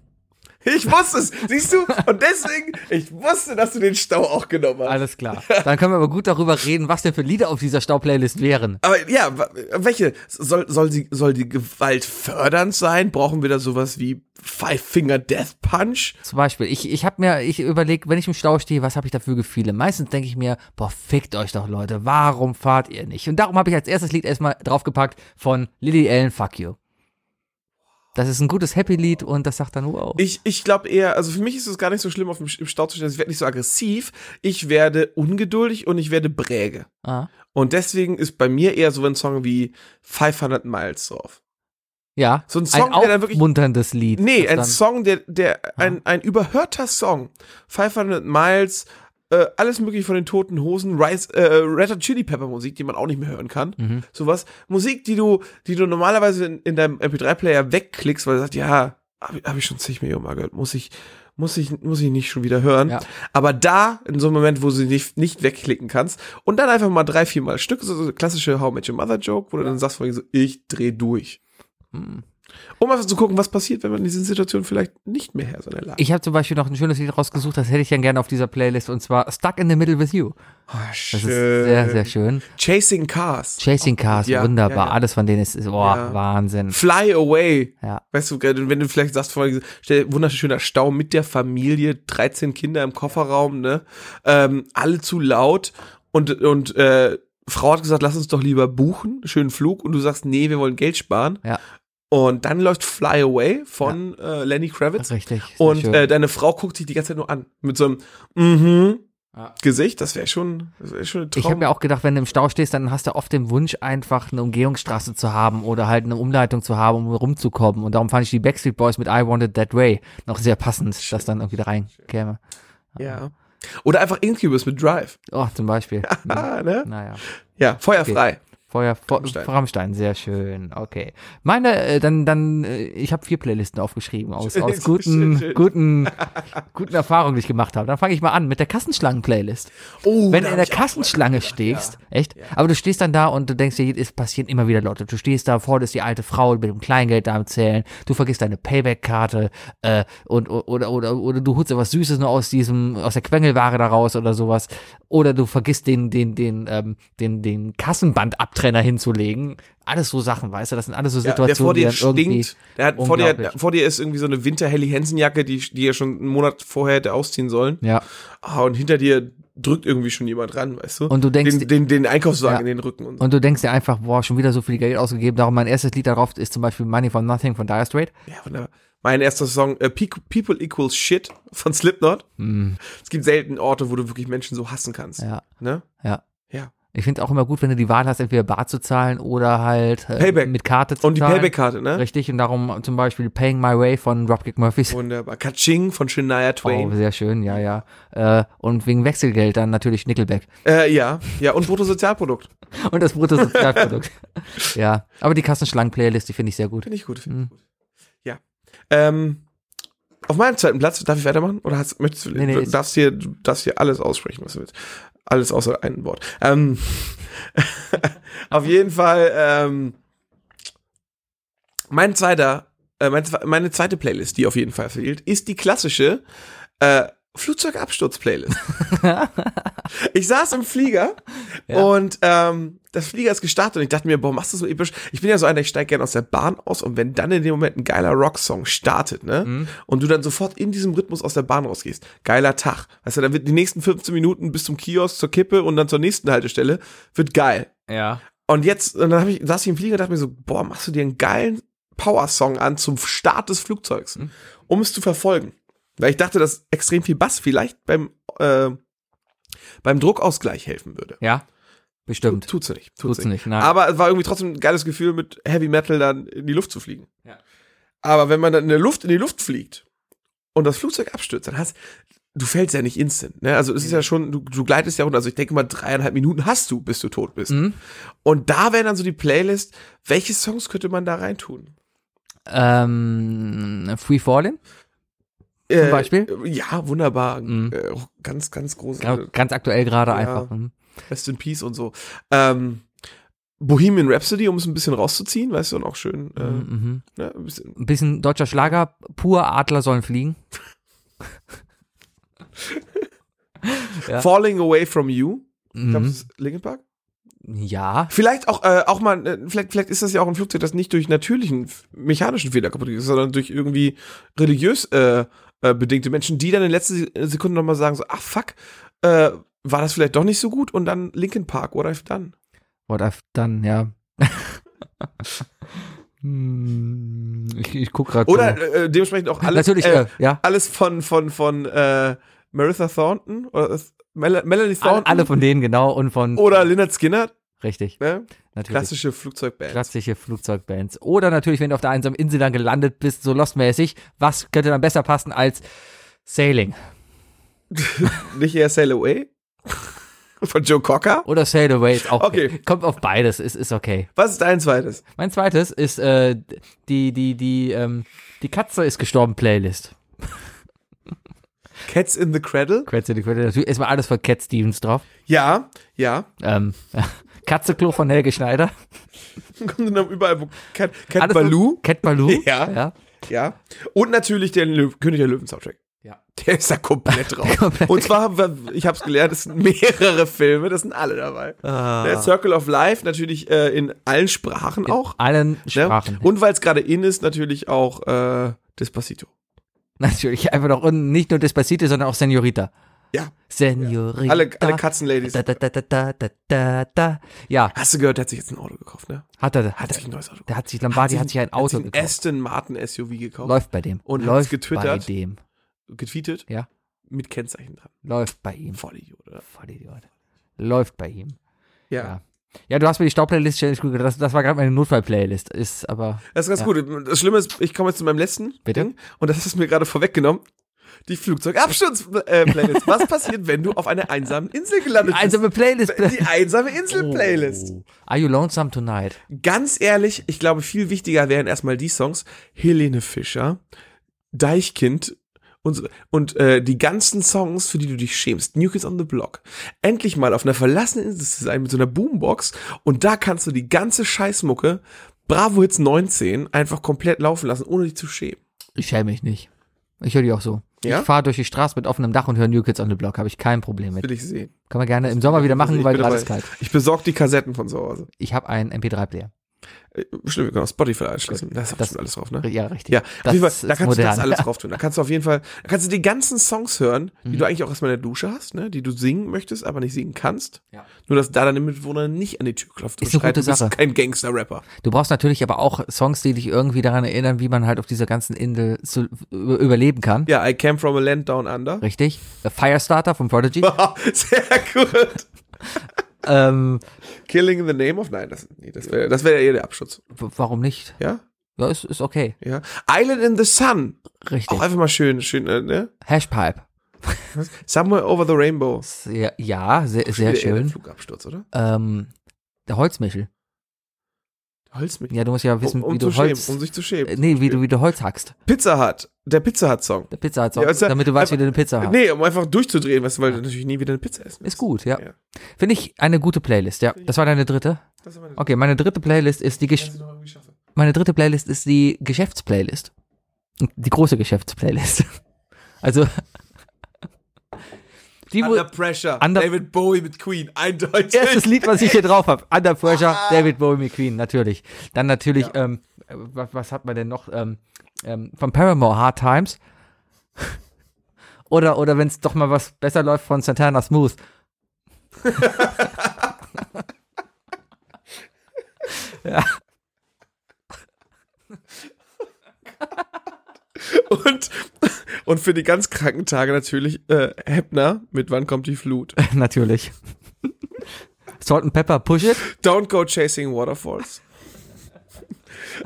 [SPEAKER 2] Ich wusste es, siehst du? Und deswegen, ich wusste, dass du den Stau auch genommen hast.
[SPEAKER 3] Alles klar. Dann können wir aber gut darüber reden, was denn für Lieder auf dieser Stau-Playlist wären.
[SPEAKER 2] Aber ja, wa- welche? Soll, soll, sie, soll die Gewalt fördernd sein? Brauchen wir da sowas wie Five Finger Death Punch?
[SPEAKER 3] Zum Beispiel, ich, ich habe mir, ich überlege, wenn ich im Stau stehe, was habe ich da für Gefühle? Meistens denke ich mir, boah, fickt euch doch, Leute, warum fahrt ihr nicht? Und darum habe ich als erstes Lied erstmal draufgepackt von Lily Allen, Fuck You. Das ist ein gutes Happy-Lied und das sagt dann, wow.
[SPEAKER 2] Ich, ich glaube eher, also für mich ist es gar nicht so schlimm, auf dem, im Stau zu stehen. Also Ich werde nicht so aggressiv. Ich werde ungeduldig und ich werde bräge.
[SPEAKER 3] ah.
[SPEAKER 2] Und deswegen ist bei mir eher so ein Song wie 500 Miles drauf.
[SPEAKER 3] Ja,
[SPEAKER 2] So ein Song,
[SPEAKER 3] ein
[SPEAKER 2] der dann wirklich-
[SPEAKER 3] aufmunterndes Lied.
[SPEAKER 2] Nee,
[SPEAKER 3] das
[SPEAKER 2] ein
[SPEAKER 3] dann-
[SPEAKER 2] Song, der, der, ein, ein überhörter Song. 500 Miles, äh, alles mögliche von den Toten Hosen, Rice, äh, Red Hot Chili Pepper Musik, die man auch nicht mehr hören kann. Sowas. Musik, die du, die du normalerweise in, in deinem MP3-Player wegklickst, weil du sagst, ja, habe hab ich schon zig Millionen Mal gehört, muss ich, Muss ich, muss ich nicht schon wieder hören.
[SPEAKER 3] Ja.
[SPEAKER 2] Aber da, in so einem Moment, wo du sie nicht, nicht wegklicken kannst und dann einfach mal drei, vier Mal Stück, so, so klassische How I Met Your Mother Joke, wo du dann sagst, von wegen so, ich dreh durch.
[SPEAKER 3] Hm.
[SPEAKER 2] Um einfach zu gucken, was passiert, wenn man in diesen Situationen vielleicht nicht mehr Herr seiner Lage
[SPEAKER 3] Ich habe zum Beispiel noch ein schönes Lied rausgesucht, das hätte ich dann gerne auf dieser Playlist und zwar Stuck in the Middle with You.
[SPEAKER 2] oh, schön.
[SPEAKER 3] Das ist sehr, sehr schön.
[SPEAKER 2] Äh, Chasing Cars.
[SPEAKER 3] Chasing Cars,
[SPEAKER 2] Ja,
[SPEAKER 3] wunderbar.
[SPEAKER 2] ja, ja.
[SPEAKER 3] Alles von denen ist, ist- boah,
[SPEAKER 2] Ja.
[SPEAKER 3] Wahnsinn.
[SPEAKER 2] Fly Away.
[SPEAKER 3] Ja.
[SPEAKER 2] Weißt du, wenn du vielleicht sagst, vor allem, stell, wunderschöner Stau mit der Familie, 13 Kinder im Kofferraum, ne? Ähm, alle zu laut und, und äh, Frau hat gesagt, lass uns doch lieber buchen, einen schönen Flug und du sagst, nee, wir wollen Geld sparen.
[SPEAKER 3] Ja. Und
[SPEAKER 2] Und dann läuft Fly Away von äh, Lenny Kravitz
[SPEAKER 3] Also, richtig. sehr
[SPEAKER 2] und
[SPEAKER 3] schön.
[SPEAKER 2] äh, deine Frau guckt sich die ganze Zeit nur an mit so einem mhm
[SPEAKER 3] Ja.
[SPEAKER 2] Gesicht, das wäre schon, das wär schon ein Traum.
[SPEAKER 3] ich habe mir auch gedacht, wenn du im Stau stehst, dann hast du oft den Wunsch, einfach eine Umgehungsstraße zu haben oder halt eine Umleitung zu haben, um rumzukommen. Und darum fand ich die Backstreet Boys mit I Want It That Way noch sehr passend, dass dann irgendwie da reinkäme.
[SPEAKER 2] ja. Oder einfach Incubus mit Drive.
[SPEAKER 3] Oh,
[SPEAKER 2] (laughs)
[SPEAKER 3] zum Beispiel. Hm.
[SPEAKER 2] Ah, ne?
[SPEAKER 3] naja.
[SPEAKER 2] Ja, feuerfrei.
[SPEAKER 3] Vorher
[SPEAKER 2] Rammstein.
[SPEAKER 3] Rammstein. Rammstein, sehr schön. Okay. Meine, äh, dann, dann, äh, ich habe vier Playlisten aufgeschrieben aus,
[SPEAKER 2] Schön,
[SPEAKER 3] aus
[SPEAKER 2] schön,
[SPEAKER 3] guten,
[SPEAKER 2] schön.
[SPEAKER 3] guten, guten Erfahrungen, die ich gemacht habe. Dann fange ich mal an mit der Kassenschlangen-Playlist.
[SPEAKER 2] Oh,
[SPEAKER 3] Wenn
[SPEAKER 2] da
[SPEAKER 3] du in
[SPEAKER 2] hab
[SPEAKER 3] der
[SPEAKER 2] ich auch
[SPEAKER 3] Kassenschlange stehst, echt? Aber du stehst dann da und du denkst dir, es passieren immer wieder Leute. Du stehst da, vorne ist die alte Frau mit dem Kleingeld da am Zählen, du vergisst deine Payback-Karte äh, und oder, oder oder du holst etwas Süßes nur aus diesem, aus der Quengelware daraus oder sowas. Oder du vergisst den, den, den, ähm, den, den Kassenbandabtrenner hinzulegen. Alles so Sachen, weißt du, das sind alles so
[SPEAKER 2] Ja, der vor
[SPEAKER 3] Situationen,
[SPEAKER 2] dir
[SPEAKER 3] die dann irgendwie.
[SPEAKER 2] stinkt. Der hat, vor, dir,
[SPEAKER 3] Unglaublich.
[SPEAKER 2] vor dir ist irgendwie so eine Winter-Helly-Hansen-Jacke, die, die er schon einen Monat vorher hätte ausziehen sollen.
[SPEAKER 3] Ja.
[SPEAKER 2] Ah, und hinter dir drückt irgendwie schon jemand ran, weißt du?
[SPEAKER 3] Und du denkst-
[SPEAKER 2] Den, den, den Einkaufswagen
[SPEAKER 3] Ja.
[SPEAKER 2] in den Rücken. Und, so.
[SPEAKER 3] Und du denkst dir einfach, boah, schon wieder so viel Geld ausgegeben. Darum mein erstes Lied darauf ist zum Beispiel Money from Nothing von Dire Straits.
[SPEAKER 2] ja, wunderbar. Mein erster Song, äh, Pe- People Equals Shit von Slipknot. Es gibt selten Orte, wo du wirklich Menschen so hassen kannst.
[SPEAKER 3] Hm, Ja.
[SPEAKER 2] Ne?
[SPEAKER 3] Ja.
[SPEAKER 2] Ja.
[SPEAKER 3] Ich finde es auch immer gut, wenn du die Wahl hast, entweder bar zu zahlen oder halt äh,
[SPEAKER 2] Payback.
[SPEAKER 3] mit Karte zu
[SPEAKER 2] Und die
[SPEAKER 3] zahlen.
[SPEAKER 2] Payback-Karte, ne?
[SPEAKER 3] Richtig, und darum zum Beispiel Paying My Way von Dropkick Murphys.
[SPEAKER 2] Wunderbar. Kaching von Shania
[SPEAKER 3] Oh,
[SPEAKER 2] Twain.
[SPEAKER 3] sehr schön, ja, ja. Äh, und wegen Wechselgeld dann natürlich Nickelback. (laughs)
[SPEAKER 2] Äh, ja, ja, und Bruttosozialprodukt.
[SPEAKER 3] Und
[SPEAKER 2] (laughs)
[SPEAKER 3] das Bruttosozialprodukt. ja, aber die Kassenschlangen-Playlist, die finde ich sehr gut. Hm.
[SPEAKER 2] Finde ich gut, finde ich gut. Ja. Ähm, auf meinem zweiten Platz, darf ich weitermachen? Oder hast, möchtest du,
[SPEAKER 3] Nee, nee,
[SPEAKER 2] du
[SPEAKER 3] ist-
[SPEAKER 2] darfst hier, du darfst hier alles aussprechen, was du willst. Alles außer einem Wort. Ähm, (laughs) auf jeden Fall, ähm, mein zweiter, äh, mein, zwe- meine zweite Playlist, die auf jeden Fall fehlt, ist die klassische, äh, Flugzeugabsturz-Playlist. ich saß im Flieger
[SPEAKER 3] Ja.
[SPEAKER 2] und ähm, das Flieger ist gestartet und ich dachte mir, boah, machst du so episch? Ich bin ja so einer, ich steige gerne aus der Bahn aus und wenn dann in dem Moment ein geiler Rocksong startet, ne?
[SPEAKER 3] Mhm. Hm?
[SPEAKER 2] Und du dann sofort in diesem Rhythmus aus der Bahn rausgehst, geiler Tag. Weißt du, dann wird die nächsten 15 Minuten bis zum Kiosk, zur Kippe und dann zur nächsten Haltestelle, wird geil.
[SPEAKER 3] Ja.
[SPEAKER 2] Und jetzt, und dann hab ich, saß ich im Flieger und dachte mir so, boah, machst du dir einen geilen Power-Song an zum Start des Flugzeugs,
[SPEAKER 3] Mhm.
[SPEAKER 2] um es zu verfolgen. Weil ich dachte, dass extrem viel Bass vielleicht beim, äh, beim Druckausgleich helfen würde.
[SPEAKER 3] Ja, bestimmt.
[SPEAKER 2] Tut's nicht. Tut's,
[SPEAKER 3] Tut's
[SPEAKER 2] nicht.
[SPEAKER 3] nicht, nein.
[SPEAKER 2] Aber es war irgendwie trotzdem ein geiles Gefühl, mit Heavy Metal dann in die Luft zu fliegen.
[SPEAKER 3] Ja.
[SPEAKER 2] Aber wenn man dann in der Luft in die Luft fliegt und das Flugzeug abstürzt, dann hast du fällst ja nicht instant. Ne? Also es
[SPEAKER 3] Mhm.
[SPEAKER 2] ist ja schon, du, du gleitest ja runter. Also ich denke mal dreieinhalb Minuten hast du, bis du tot bist.
[SPEAKER 3] Mhm.
[SPEAKER 2] Und da wäre dann so die Playlist, welche Songs könnte man da reintun?
[SPEAKER 3] Ähm, Free Falling,
[SPEAKER 2] Zum
[SPEAKER 3] Beispiel?
[SPEAKER 2] Äh, Ja, wunderbar.
[SPEAKER 3] Mhm.
[SPEAKER 2] Äh, ganz, ganz große
[SPEAKER 3] Ga- Also ganz aktuell gerade
[SPEAKER 2] Ja.
[SPEAKER 3] einfach. Mhm.
[SPEAKER 2] Rest in Peace und so. Ähm, Bohemian Rhapsody, um es ein bisschen rauszuziehen, weißt du, und auch schön äh,
[SPEAKER 3] Mhm.
[SPEAKER 2] ne, ein bisschen
[SPEAKER 3] Ein bisschen deutscher Schlager, pur Adler sollen fliegen. Ja.
[SPEAKER 2] Falling Away from You. Ich glaube,
[SPEAKER 3] Mhm.
[SPEAKER 2] das ist Linkin Park.
[SPEAKER 3] Ja,
[SPEAKER 2] Vielleicht auch, äh, auch mal, äh, vielleicht, vielleicht ist das ja auch ein Flugzeug, das nicht durch natürlichen, f- mechanischen Fehler kaputt ist, sondern durch irgendwie religiös äh, äh, bedingte Menschen, die dann in letzter Se- Sekunde nochmal sagen so, ach fuck, äh, war das vielleicht doch nicht so gut und dann Linkin Park, what I've done.
[SPEAKER 3] What I've done, ja. (laughs) Hm, ich ich guck gerade.
[SPEAKER 2] Oder
[SPEAKER 3] so.
[SPEAKER 2] äh, dementsprechend auch alles,
[SPEAKER 3] Natürlich,
[SPEAKER 2] äh,
[SPEAKER 3] äh, ja.
[SPEAKER 2] alles von, von, von äh, Marissa Thornton oder äh, Mel Melanie
[SPEAKER 3] Alle,
[SPEAKER 2] Thornton
[SPEAKER 3] alle von denen, genau. Und von.
[SPEAKER 2] oder Lynyrd Skinner,
[SPEAKER 3] Richtig,
[SPEAKER 2] ne?
[SPEAKER 3] natürlich.
[SPEAKER 2] klassische Flugzeugband.
[SPEAKER 3] Klassische Flugzeugbands. Oder natürlich, wenn du auf der einsamen Insel dann gelandet bist, so lostmäßig. Was könnte dann besser passen als Sailing?
[SPEAKER 2] Nicht eher Sail
[SPEAKER 3] (laughs)
[SPEAKER 2] Away von Joe Cocker.
[SPEAKER 3] Oder Sail Away ist auch okay.
[SPEAKER 2] Okay.
[SPEAKER 3] Kommt auf beides, ist, ist okay.
[SPEAKER 2] Was ist dein zweites?
[SPEAKER 3] Mein zweites ist äh, die, die, die, ähm, die Katze ist gestorben Playlist.
[SPEAKER 2] Cats in the Cradle.
[SPEAKER 3] Quetze, die Quetze. Natürlich erstmal alles von Cat Stevens drauf.
[SPEAKER 2] Ja, ja.
[SPEAKER 3] Ähm, (laughs) Katzeklo von Helge Schneider.
[SPEAKER 2] Kommt dann überall, wo Cat, Cat
[SPEAKER 3] Alles
[SPEAKER 2] Baloo.
[SPEAKER 3] Von Cat Baloo.
[SPEAKER 2] (laughs) Ja.
[SPEAKER 3] ja.
[SPEAKER 2] Ja. Und natürlich der Lö König der Löwen Soundtrack.
[SPEAKER 3] Ja.
[SPEAKER 2] Der ist da
[SPEAKER 3] (laughs)
[SPEAKER 2] komplett drauf.
[SPEAKER 3] Komplett.
[SPEAKER 2] Und zwar, haben wir- ich habe es gelernt, es sind mehrere Filme, das sind alle dabei.
[SPEAKER 3] Ah.
[SPEAKER 2] Der Circle of Life natürlich äh, in allen Sprachen auch.
[SPEAKER 3] Allen
[SPEAKER 2] Ne?
[SPEAKER 3] Sprachen.
[SPEAKER 2] Und weil es gerade in ist, natürlich auch äh, Despacito.
[SPEAKER 3] (laughs) Natürlich einfach noch unten nicht nur Despacito, sondern auch Senorita.
[SPEAKER 2] Ja.
[SPEAKER 3] Senorita.
[SPEAKER 2] Alle, alle Katzenladies.
[SPEAKER 3] Da, da, da, da, da, da, da, da. Ja,
[SPEAKER 2] Hast du gehört, der hat sich jetzt ein Auto gekauft, ne?
[SPEAKER 3] hat er,
[SPEAKER 2] Hat
[SPEAKER 3] hat
[SPEAKER 2] sich
[SPEAKER 3] er,
[SPEAKER 2] ein neues Auto gekauft.
[SPEAKER 3] der hat sich, Lombardi hat sich ein Auto
[SPEAKER 2] hat sich
[SPEAKER 3] gekauft.
[SPEAKER 2] Aston Martin SUV gekauft.
[SPEAKER 3] Läuft bei dem.
[SPEAKER 2] Und hat's
[SPEAKER 3] läuft bei
[SPEAKER 2] getwittert.
[SPEAKER 3] dem.
[SPEAKER 2] Getweetet.
[SPEAKER 3] Ja.
[SPEAKER 2] Mit Kennzeichen dran.
[SPEAKER 3] Läuft bei ihm.
[SPEAKER 2] Voll Idiot, oder?
[SPEAKER 3] Vollidiot. Läuft bei ihm.
[SPEAKER 2] Ja.
[SPEAKER 3] Ja. Ja, du hast mir die Staub-Playlist schon nicht gut gedacht. Das, das war gerade meine Notfall-Playlist. Ist aber.
[SPEAKER 2] Das ist ganz
[SPEAKER 3] Ja.
[SPEAKER 2] gut. Das Schlimme ist, ich komme jetzt zu meinem letzten
[SPEAKER 3] Bitte?
[SPEAKER 2] Ding und das ist mir gerade vorweggenommen. Die Flugzeugabsturz-Playlist. Was passiert, wenn du auf einer einsamen Insel gelandet bist?
[SPEAKER 3] Einsame Playlist.
[SPEAKER 2] Die einsame Insel-Playlist.
[SPEAKER 3] Oh. Are you lonesome tonight?
[SPEAKER 2] Ganz ehrlich, ich glaube, viel wichtiger wären erstmal die Songs Helene Fischer, Deichkind und, so- und äh, die ganzen Songs, für die du dich schämst. New Kids on the Block. Endlich mal auf einer verlassenen Insel zu sein mit so einer Boombox und da kannst du die ganze Scheißmucke Bravo Hits 19 einfach komplett laufen lassen, ohne dich zu schämen.
[SPEAKER 3] Ich schäme mich nicht. Ich höre die auch so.
[SPEAKER 2] Ja?
[SPEAKER 3] Ich fahre durch die Straße mit offenem Dach und höre New Kids on the Block. Habe ich kein Problem mit.
[SPEAKER 2] Will ich sehen.
[SPEAKER 3] Kann man gerne im Sommer wieder machen,
[SPEAKER 2] Ich
[SPEAKER 3] weil
[SPEAKER 2] bin
[SPEAKER 3] gerade ist
[SPEAKER 2] dabei.
[SPEAKER 3] kalt.
[SPEAKER 2] Ich besorge die Kassetten von zu Hause.
[SPEAKER 3] Ich habe einen MP3-Player.
[SPEAKER 2] Äh, Stimmt, wir können auch Spotify anschließen. Da ist auch
[SPEAKER 3] Das-
[SPEAKER 2] bestimmt alles drauf, ne?
[SPEAKER 3] Ja, richtig.
[SPEAKER 2] Ja, auf jeden Fall, da kannst du das
[SPEAKER 3] (laughs)
[SPEAKER 2] alles
[SPEAKER 3] Ja.
[SPEAKER 2] drauf tun. Da kannst du auf jeden Fall, da kannst du die ganzen Songs hören,
[SPEAKER 3] Mhm.
[SPEAKER 2] die du eigentlich auch erstmal in der Dusche hast, ne? die du singen möchtest, aber nicht singen kannst.
[SPEAKER 3] Ja.
[SPEAKER 2] Nur, dass da deine Mitbewohner nicht an die Tür klopft und
[SPEAKER 3] Ist eine
[SPEAKER 2] schreit,
[SPEAKER 3] gute
[SPEAKER 2] du bist
[SPEAKER 3] Sache.
[SPEAKER 2] kein Gangster-Rapper.
[SPEAKER 3] Du brauchst natürlich aber auch Songs, die dich irgendwie daran erinnern, wie man halt auf dieser ganzen Insel zu, über- überleben kann.
[SPEAKER 2] Ja, I came from a land down under.
[SPEAKER 3] Richtig. Firestarter
[SPEAKER 2] (laughs)
[SPEAKER 3] von Prodigy.
[SPEAKER 2] Sehr gut.
[SPEAKER 3] ähm,
[SPEAKER 2] Killing in the name of, nein, das, nee, das wäre das wär ja eher der Abschutz.
[SPEAKER 3] w- warum nicht?
[SPEAKER 2] Ja,
[SPEAKER 3] Ja, ist, ist okay.
[SPEAKER 2] ja. Island in the sun.
[SPEAKER 3] Richtig.
[SPEAKER 2] Auch einfach mal schön, schön, äh, ne?
[SPEAKER 3] Hashpipe.
[SPEAKER 2] Somewhere over the rainbow.
[SPEAKER 3] Sehr, ja, sehr, sehr
[SPEAKER 2] Wieder eher der
[SPEAKER 3] schön.
[SPEAKER 2] Flugabsturz, oder?
[SPEAKER 3] Ähm, der Holzmichel.
[SPEAKER 2] Holzmittel.
[SPEAKER 3] Ja, du musst ja wissen,
[SPEAKER 2] um, um,
[SPEAKER 3] wie
[SPEAKER 2] zu
[SPEAKER 3] du Holz.
[SPEAKER 2] schämen, um sich zu
[SPEAKER 3] äh,
[SPEAKER 2] schämen.
[SPEAKER 3] nee, wie du, wie du Holz hackst.
[SPEAKER 2] Pizza Hut. Der Pizza Hut-Song.
[SPEAKER 3] Der Pizza hat
[SPEAKER 2] Ja, also,
[SPEAKER 3] damit du weißt,
[SPEAKER 2] einfach-
[SPEAKER 3] wie du eine Pizza hast.
[SPEAKER 2] Nee, um einfach durchzudrehen, weißt du, weil du natürlich nie wieder eine Pizza essen
[SPEAKER 3] Ist
[SPEAKER 2] wirst.
[SPEAKER 3] gut, ja.
[SPEAKER 2] Ja.
[SPEAKER 3] Finde ich eine gute Playlist, ja. Das war deine dritte?
[SPEAKER 2] Das ist meine
[SPEAKER 3] Okay, meine dritte Playlist ist die Gesch
[SPEAKER 2] Dass ich noch irgendwie schaffe.
[SPEAKER 3] meine dritte Playlist ist die Geschäftsplaylist. Die große Geschäftsplaylist. (laughs) Also (laughs) die wo
[SPEAKER 2] Under Pressure,
[SPEAKER 3] Under-
[SPEAKER 2] David Bowie mit Queen, eindeutig.
[SPEAKER 3] erstes Lied, was ich hier drauf habe. Under Pressure,
[SPEAKER 2] Ah.
[SPEAKER 3] David Bowie McQueen, natürlich. Dann natürlich, ähm, äh, was, was hat man denn noch? Ähm, ähm, von Paramore, Hard Times. oder oder wenn es doch mal was besser läuft, von Santana Smooth. (laughs) ja,
[SPEAKER 2] Und, und für die ganz kranken Tage natürlich äh, Heppner mit Wann kommt die Flut?
[SPEAKER 3] natürlich. Salt and Pepper, Push It.
[SPEAKER 2] Don't go chasing waterfalls.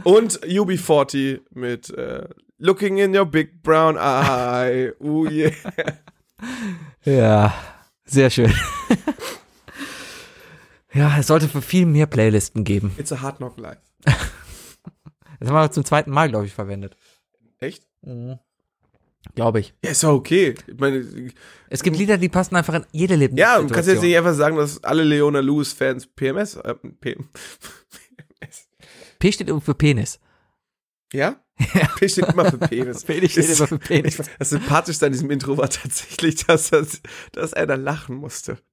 [SPEAKER 2] Und UB40 mit äh, Looking in your big brown eye. Oh yeah.
[SPEAKER 3] Ja, sehr schön. (laughs) ja, es sollte für viel mehr Playlisten geben.
[SPEAKER 2] It's a hard knock life.
[SPEAKER 3] Das haben wir zum zweiten Mal, glaube ich, verwendet.
[SPEAKER 2] Echt?
[SPEAKER 3] Glaube ich.
[SPEAKER 2] Ja, ist doch okay. Ich meine,
[SPEAKER 3] Es gibt Lieder, die passen einfach in jede
[SPEAKER 2] Ja,
[SPEAKER 3] Lebenssituation.
[SPEAKER 2] du kannst jetzt nicht einfach sagen, dass alle Leona Lewis-Fans PMS. Äh, P (laughs)
[SPEAKER 3] P steht für Penis.
[SPEAKER 2] ja? P steht immer für
[SPEAKER 3] (laughs)
[SPEAKER 2] Penis.
[SPEAKER 3] P steht
[SPEAKER 2] Ist-
[SPEAKER 3] immer für Penis.
[SPEAKER 2] Ich, das Sympathischste an diesem Intro war tatsächlich, dass, das, dass er da lachen musste.
[SPEAKER 3] (laughs)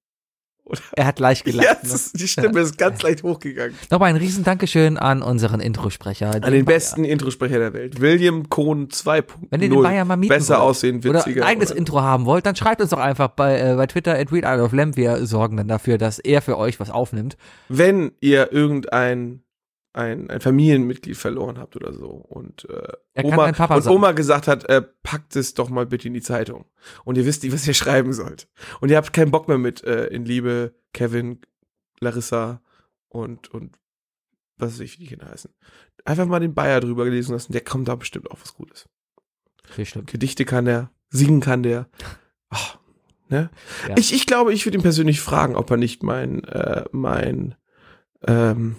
[SPEAKER 3] Er hat leicht
[SPEAKER 2] ja,
[SPEAKER 3] gelacht.
[SPEAKER 2] es
[SPEAKER 3] ne?
[SPEAKER 2] ist, die Stimme ist ganz leicht hochgegangen.
[SPEAKER 3] Nochmal ein riesen Dankeschön an unseren Introsprecher.
[SPEAKER 2] An den besten Introsprecher der Welt. William Kohn 2.0.
[SPEAKER 3] Wenn ihr den Bayern mal mieten
[SPEAKER 2] Besser
[SPEAKER 3] wollt.
[SPEAKER 2] aussehen,
[SPEAKER 3] Oder ein
[SPEAKER 2] witziger.
[SPEAKER 3] eigenes Intro haben wollt, dann schreibt uns doch einfach bei, äh, bei Twitter at Read Isle of Lamb. Wir sorgen dann dafür, dass er für euch was aufnimmt.
[SPEAKER 2] Wenn ihr irgendein ein, ein Familienmitglied verloren habt oder so und, äh,
[SPEAKER 3] Er kann
[SPEAKER 2] Oma,
[SPEAKER 3] mein Papa
[SPEAKER 2] und
[SPEAKER 3] sein.
[SPEAKER 2] Oma gesagt hat, äh, packt es doch mal bitte in die Zeitung. Und ihr wisst nicht, was ihr schreiben sollt. Und ihr habt keinen Bock mehr mit äh, in Liebe, Kevin, Larissa und, und was weiß ich, wie die Kinder heißen. Einfach mal den Bayer drüber gelesen lassen, der kommt da bestimmt auch was Gutes.
[SPEAKER 3] Bestimmt.
[SPEAKER 2] Gedichte kann der, singen kann der. Ah, ne?
[SPEAKER 3] Ja.
[SPEAKER 2] ich, ich glaube, ich würde ihn persönlich fragen, ob er nicht mein, äh, mein, ähm,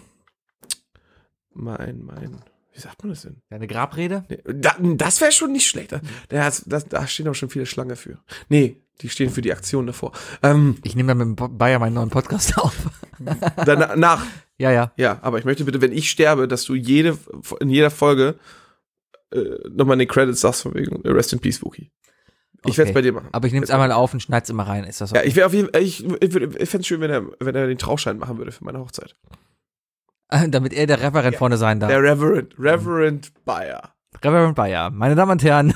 [SPEAKER 2] mein, mein, Wie sagt man das denn?
[SPEAKER 3] Deine Grabrede?
[SPEAKER 2] Nee, da, das wäre schon nicht schlecht. Da, das, das, da stehen auch schon viele Schlange für. Nee, die stehen für die Aktion davor. Ähm,
[SPEAKER 3] Ich nehme dann mit dem Po- Bayer meinen neuen Podcast (laughs) auf. (laughs)
[SPEAKER 2] danach,
[SPEAKER 3] ja, ja.
[SPEAKER 2] ja, aber ich möchte bitte, wenn ich sterbe, dass du jede, in jeder Folge äh, nochmal in den Credits sagst von wegen äh, Rest in Peace, Wookie. Ich werde
[SPEAKER 3] Okay.
[SPEAKER 2] es bei dir machen.
[SPEAKER 3] Aber ich nehme es
[SPEAKER 2] Jetzt-
[SPEAKER 3] einmal auf und schneide es immer rein. Ist das
[SPEAKER 2] Ja,
[SPEAKER 3] okay?
[SPEAKER 2] ich wäre auf jeden Fall, ich, ich, würd- ich fände es schön, wenn er, wenn er den Trauschein machen würde für meine Hochzeit.
[SPEAKER 3] (laughs) Damit er der Reverend
[SPEAKER 2] Ja.
[SPEAKER 3] vorne sein darf.
[SPEAKER 2] Der Reverend,
[SPEAKER 3] Mhm.
[SPEAKER 2] Reverend Bayer.
[SPEAKER 3] Reverend Bayer. Meine Damen und (laughs) Herren,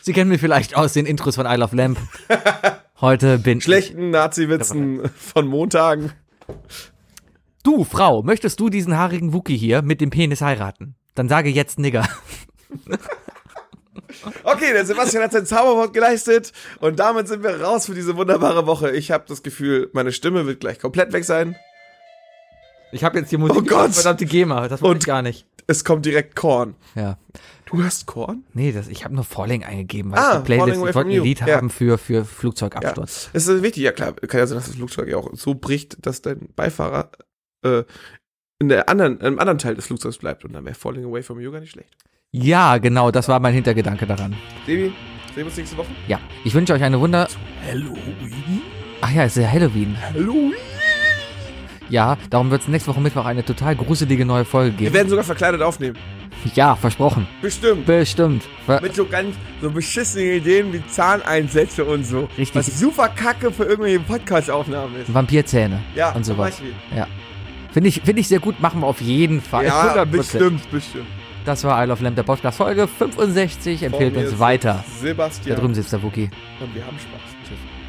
[SPEAKER 3] Sie kennen mich vielleicht aus den Intros von I Love Lamp. (laughs) Heute bin
[SPEAKER 2] Schlechten Nazi-Witzen von Montagen.
[SPEAKER 3] ich. Du, Frau, möchtest du diesen haarigen Wookie hier mit dem Penis heiraten? Dann sage jetzt Nigger.
[SPEAKER 2] Okay, der Sebastian hat sein Zauberwort geleistet und damit sind wir raus für diese wunderbare Woche. Ich habe das Gefühl, meine Stimme wird gleich komplett weg sein.
[SPEAKER 3] Ich habe jetzt hier Musik.
[SPEAKER 2] Oh Gott.
[SPEAKER 3] Verdammte GEMA. Das wollte
[SPEAKER 2] Und-
[SPEAKER 3] ich gar nicht.
[SPEAKER 2] Es kommt direkt Korn.
[SPEAKER 3] Ja.
[SPEAKER 2] Du hast Korn?
[SPEAKER 3] Nee, das, ich habe nur Falling eingegeben, weil
[SPEAKER 2] Ah,
[SPEAKER 3] ah, die Playlist,
[SPEAKER 2] Falling Away
[SPEAKER 3] ich wollte
[SPEAKER 2] From You.
[SPEAKER 3] ein Lied
[SPEAKER 2] Ja.
[SPEAKER 3] haben für, für
[SPEAKER 2] Ja.
[SPEAKER 3] Flugzeugabsturz.
[SPEAKER 2] Es ist wichtig, ja klar. Kann ja sein, dass das Flugzeug ja auch so bricht, dass dein Beifahrer äh, in der anderen, im anderen Teil des Flugzeugs bleibt und dann wäre Falling Away from You gar nicht schlecht.
[SPEAKER 3] Ja, genau, das war mein Hintergedanke daran.
[SPEAKER 2] Sebi, sehen wir uns nächste Woche.
[SPEAKER 3] Ja, ich wünsche euch eine Wunder...
[SPEAKER 2] Halloween?
[SPEAKER 3] Ach ja, es ist ja Halloween.
[SPEAKER 2] Halloween?
[SPEAKER 3] Ja, darum wird es nächste Woche Mittwoch eine total gruselige neue Folge
[SPEAKER 2] Wir
[SPEAKER 3] geben.
[SPEAKER 2] werden sogar verkleidet aufnehmen.
[SPEAKER 3] Ja, versprochen.
[SPEAKER 2] Bestimmt.
[SPEAKER 3] Bestimmt. Ver
[SPEAKER 2] Mit so ganz so beschissenen Ideen wie Zahneinsätze und so.
[SPEAKER 3] Richtig.
[SPEAKER 2] Was super kacke für irgendwelche Podcast-Aufnahmen ist.
[SPEAKER 3] Vampirzähne.
[SPEAKER 2] Ja,
[SPEAKER 3] Und
[SPEAKER 2] zum
[SPEAKER 3] sowas.
[SPEAKER 2] Beispiel.
[SPEAKER 3] Ja. Finde ich, finde ich sehr gut, machen wir auf jeden Fall.
[SPEAKER 2] Ja,
[SPEAKER 3] 100%.
[SPEAKER 2] bestimmt, bestimmt.
[SPEAKER 3] Das war I Love Lamb, der Podcast Folge 65.
[SPEAKER 2] Vor
[SPEAKER 3] Empfehlt
[SPEAKER 2] mir
[SPEAKER 3] uns
[SPEAKER 2] sitzt
[SPEAKER 3] weiter. Da
[SPEAKER 2] Sebastian.
[SPEAKER 3] drüben sitzt der Wookie.
[SPEAKER 2] Und wir haben Spaß.
[SPEAKER 3] Tschüss.